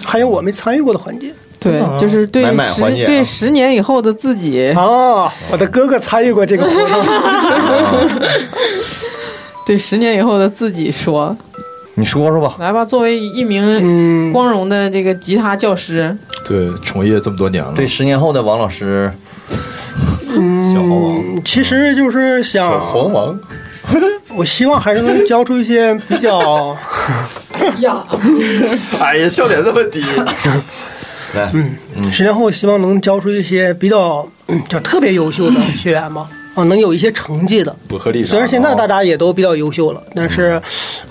还有我没参与过的环节对，就是对买买十环节啊对十年以后的自己，啊，我的哥哥参与过这个活动，对十年以后的自己说，你说说吧，来吧，作为一名嗯，光荣的这个吉他教师，对，从业这么多年了，对十年后的王老师，小黄王其实就是想，王，我希望还是能教出一些比较。哎呀，笑点这么低，来，十年后希望能教出一些比较 嗯就特别优秀的学员吧，啊，能有一些成绩的。不合理。啊哦虽然现在大家也都比较优秀了，但是，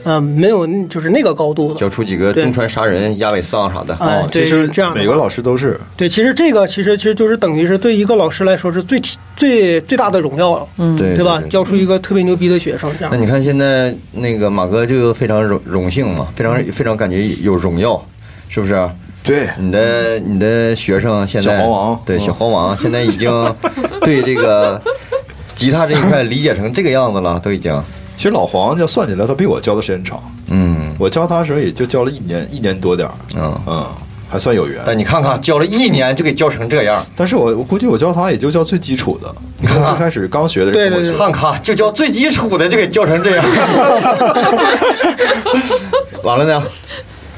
嗯，没有那就是那个高度教的。出几个对中川杀人、压尾丧啥的。哎哦，，对，其实这样的每个老师都是对，其实这个其实其实就是等于是对一个老师来说是最提最最大的荣耀了，嗯，对对吧？对教出一个特别牛逼的学生，这那样你看现在嗯那个马哥就非常荣荣幸嘛，非常非常感觉有荣耀，是不是？啊对，你的你的学生现在小黄王对嗯小黄王现在已经 对这个吉他这一块理解成这个样子了，都已经其实老黄要算起来，他比我教的时间长，嗯我教他的时候也就教了一年一年多点儿，嗯。嗯，还算有缘。但你看看，教了一年就给教成这样，但是我我估计我教他也就教最基础的，你 看最开始刚学的对跟我对学对，看看就教最基础的就给教成 这样，完了呢？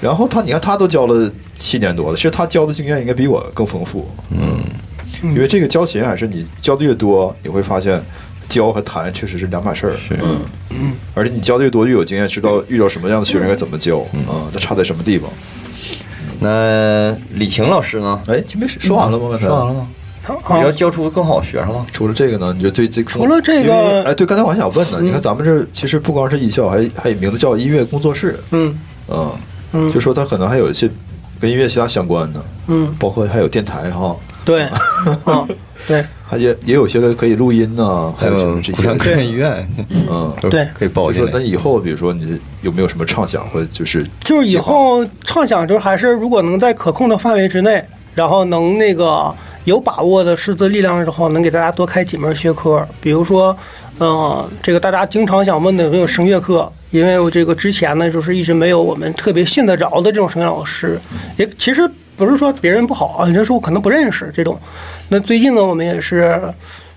然后他你看他都教了七年多了，其实他教的经验应该比我更丰富，嗯，因为这个教琴还是你教的越多，你会发现教和弹确实是两码事儿，是，嗯，而且你教的越多越有经验，知嗯道遇到什么样的学生该怎么教，嗯啊，他差在什么地方。那李晴老师呢？哎，就没说完了吗？刚嗯才说完了吗？啊哦要教出更好的学生了。除了这个呢，你就对这除了这个嗯因为哎，对，刚才我还想问呢，你看咱们这其实不光是艺校，还还有名字叫音乐工作室，嗯嗯，嗯就说它可能还有一些跟音乐其他相关的，嗯，包括还有电台哈， 对，啊对还也也有些人可以录音呐，还有什么这鼓山科些，学院，嗯，对可以报就进说那来。以后比如说你有没有什么畅想或者就是就是以计划后畅想，就是还是如果能在可控的范围之内，然后能那个有把握的师资力量之后，能给大家多开几门学科，比如说，呃，这个大家经常想问的有没有声乐课？因为我这个之前呢，就是一直没有我们特别信得着的这种声乐老师，也其实不是说别人不好啊，有些时候可能不认识这种。那最近呢，我们也是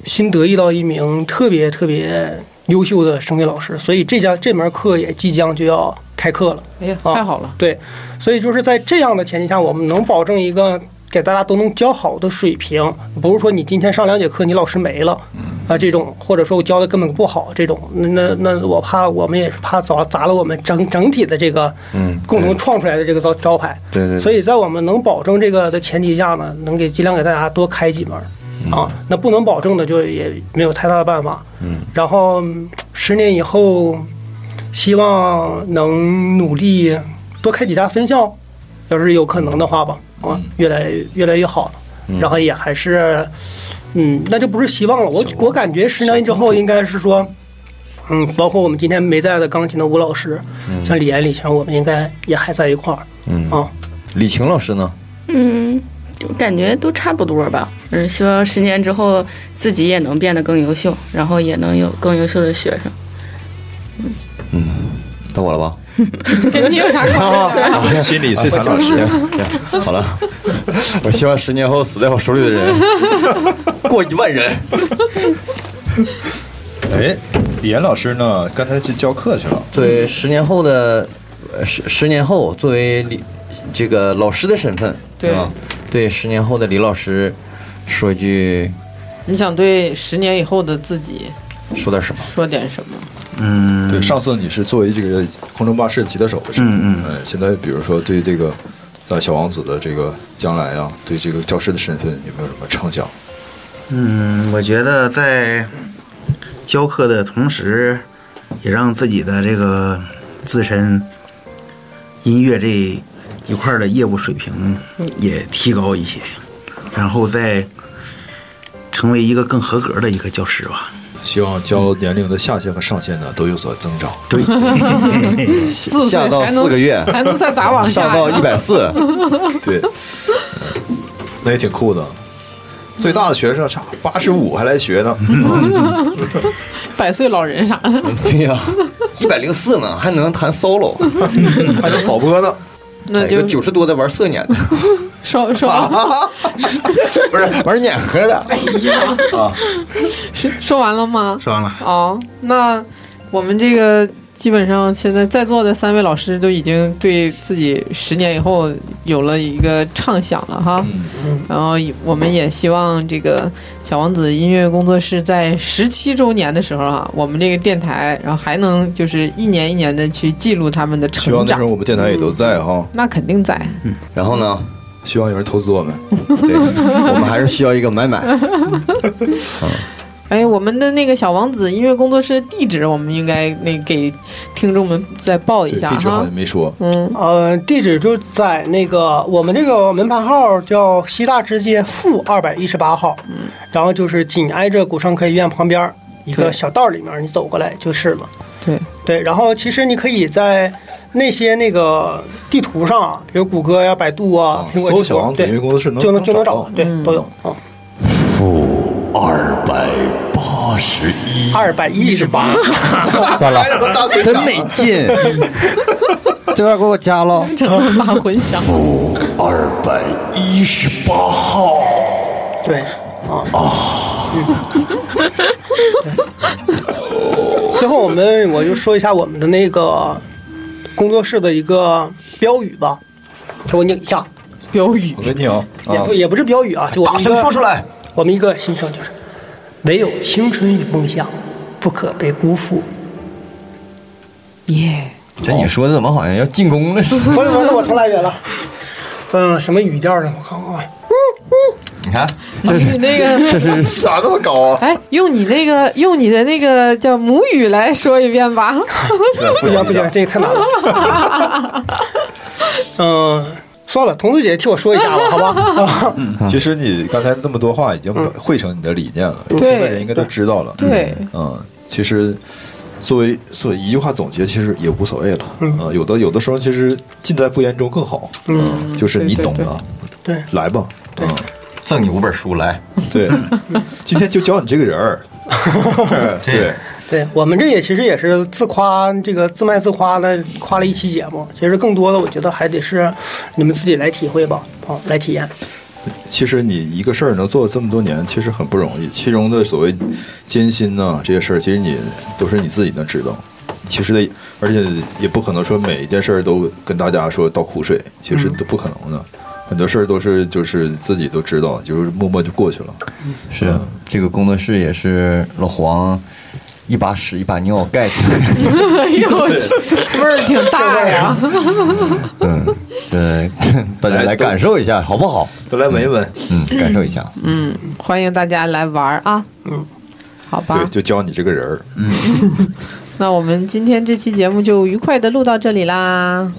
新得意到一名特别特别优秀的声乐老师，所以这家这门课也即将就要开课了。哎呀，哦啊太好了！对，所以就是在这样的前提下，我们能保证一个给大家都能教好的水平，不是说你今天上两节课，你老师没了嗯啊这种，或者说我教的根本不好这种，那那那我怕我们也是怕砸砸了我们整整体的这个嗯共同对创出来的这个招招牌。对对对所以在我们能保证这个的前提下呢，能给尽量给大家多开几门儿。啊，那不能保证的就也没有太大的办法。嗯，然后嗯十年以后，希望能努力多开几家分校，要是有可能的话吧，啊，越来越来越好了。然后也还是，嗯，那就不是希望了。我我感觉十年之后应该是说，嗯，包括我们今天没在的钢琴的吴老师，像李岩、李强，我们应该也还在一块儿。嗯啊，李晴老师呢？嗯，就感觉都差不多吧。嗯，希望十年之后自己也能变得更优秀，然后也能有更优秀的学生。到我了吧？跟你有啥关系啊？心理摧 残老师？行，好了， 我希望十年后死在我手里的人 过一万人。哎，李岩老师呢，刚才去教课去了，对，十年后的呃十十年后，作为李这个老师的身份，对吧？对，十年后的李老师说一句，你想对十年以后的自己说点什么？说点什么？嗯，对，上次你是作为这个空中巴士吉他手，是吧嗯嗯呃，现在比如说对这个在小王子的这个将来啊，对这个教师的身份有没有什么畅想？嗯，我觉得在教课的同时，也让自己的这个自身音乐这一块儿的业务水平也提高一些，然后再成为一个更合格的一个教师吧。希望教年龄的下限和上限呢都有所增长。对，四岁下到还能四个月还能再咋往下呀？ 上到一百四， 对，嗯那也挺酷的。最大的学生差八十五还来 学呢，百岁老人啥的，对呀、一百零四呢，还能弹 solo，还能扫播呢。那哎就有九十多的玩色眼的，说说不是玩碾核的。哎呀，啊，是说完了吗？说完了。哦，那我们这个基本上现在在座的三位老师都已经对自己十年以后有了一个畅想了哈。嗯然后我们也希望这个小王子音乐工作室在十七周年的时候啊，我们这个电台，然后还能就是一年一年的去记录他们的 希成望那时长候。我们嗯电台也都在哈，那肯定在，然后呢？希望有人投资我们。对，我们还是需要一个买买。哎，我们的那个小王子音乐工作室的地址，我们应该那给听众们再报一对，下地址好哈像。没说。嗯，呃，地址就在那个我们这个门牌号叫西大直街负二百一十八号，嗯，然后就是紧挨着骨伤科医院旁边儿一对个小道里面，你走过来就是了。对，对，然后其实你可以在那些那个地图上啊，比如谷歌呀、百度啊、苹果地图搜小王子对音乐工作室能就能就能找找到，对，都有啊，负二百八十一，二百一十八，算了，真没劲，这要给我加哦了。整个大混响。负二百一十八号，对啊，嗯最后我们我就说一下我们的那个工作室的一个标语吧，给我拧一下，标语我给你啊，也啊不也不是标语啊，就我大们一声个说出来！我们一个心声就是：唯有青春与梦想不可被辜负。耶，这你说的怎么好像要进攻了似的？朋友们，那我重来一遍了。嗯，什么语调的？我看看啊，你看，这是你那个这是啥这么高啊？哎，用你那个用你的那个叫母语来说一遍 吧。不行不啊啊行，这个太难了。 嗯，算了，童子姐姐替我说一下吧，好吧？其实你刚才那么多话已经汇成你的理念了，嗯对听的人应该都知道了。对嗯，其实作为作为一句话总结，其实也无所谓了。嗯啊，有的有的时候其实尽在不言中更好。嗯，就是你对对懂对了，对来吧。嗯， 赠你五本书来， 对，今天就教你这个人儿。 对，对我们这也其实也是自夸，这个自卖自夸的夸了一期节目。其实更多的，我觉得还得是你们自己来体会吧，啊，来体验。其实你一个事儿能做这么多年，其实很不容易。其中的所谓艰辛呐、这些事儿，其实你都是你自己能知道。其实得，而且也不可能说每一件事儿都跟大家说倒苦水，其实都不可能的。很多事儿都是就是自己都知道，就是默默就过去了。是嗯这个工作室也是老黄一把屎一把尿盖起来。 哎呦我去，味儿挺大呀。嗯，对， 大家来感受一下好不好？都来闻一闻，嗯，感受一下。嗯，欢迎大家来玩儿啊。嗯，好吧对，。就教你这个人儿。那我们今天这期节目就愉快的录到这里啦，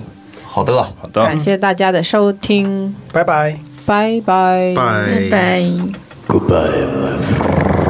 好的，好的，感谢大家的收听，拜拜。拜拜。拜。拜拜。 ，Goodbye。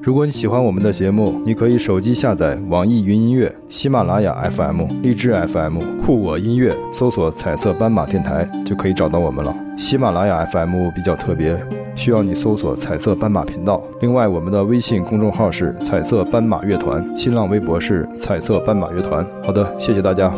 如果你喜欢我们的节目，你可以手机下载网易云音乐、喜马拉雅 FM、荔枝 FM、酷我音乐，搜索“彩色斑马电台”就可以找到我们了。喜马拉雅 FM 比较特别，需要你搜索“彩色斑马频道”。另外，我们的微信公众号是“彩色斑马乐团”，新浪微博是“彩色斑马乐团”。好的，谢谢大家。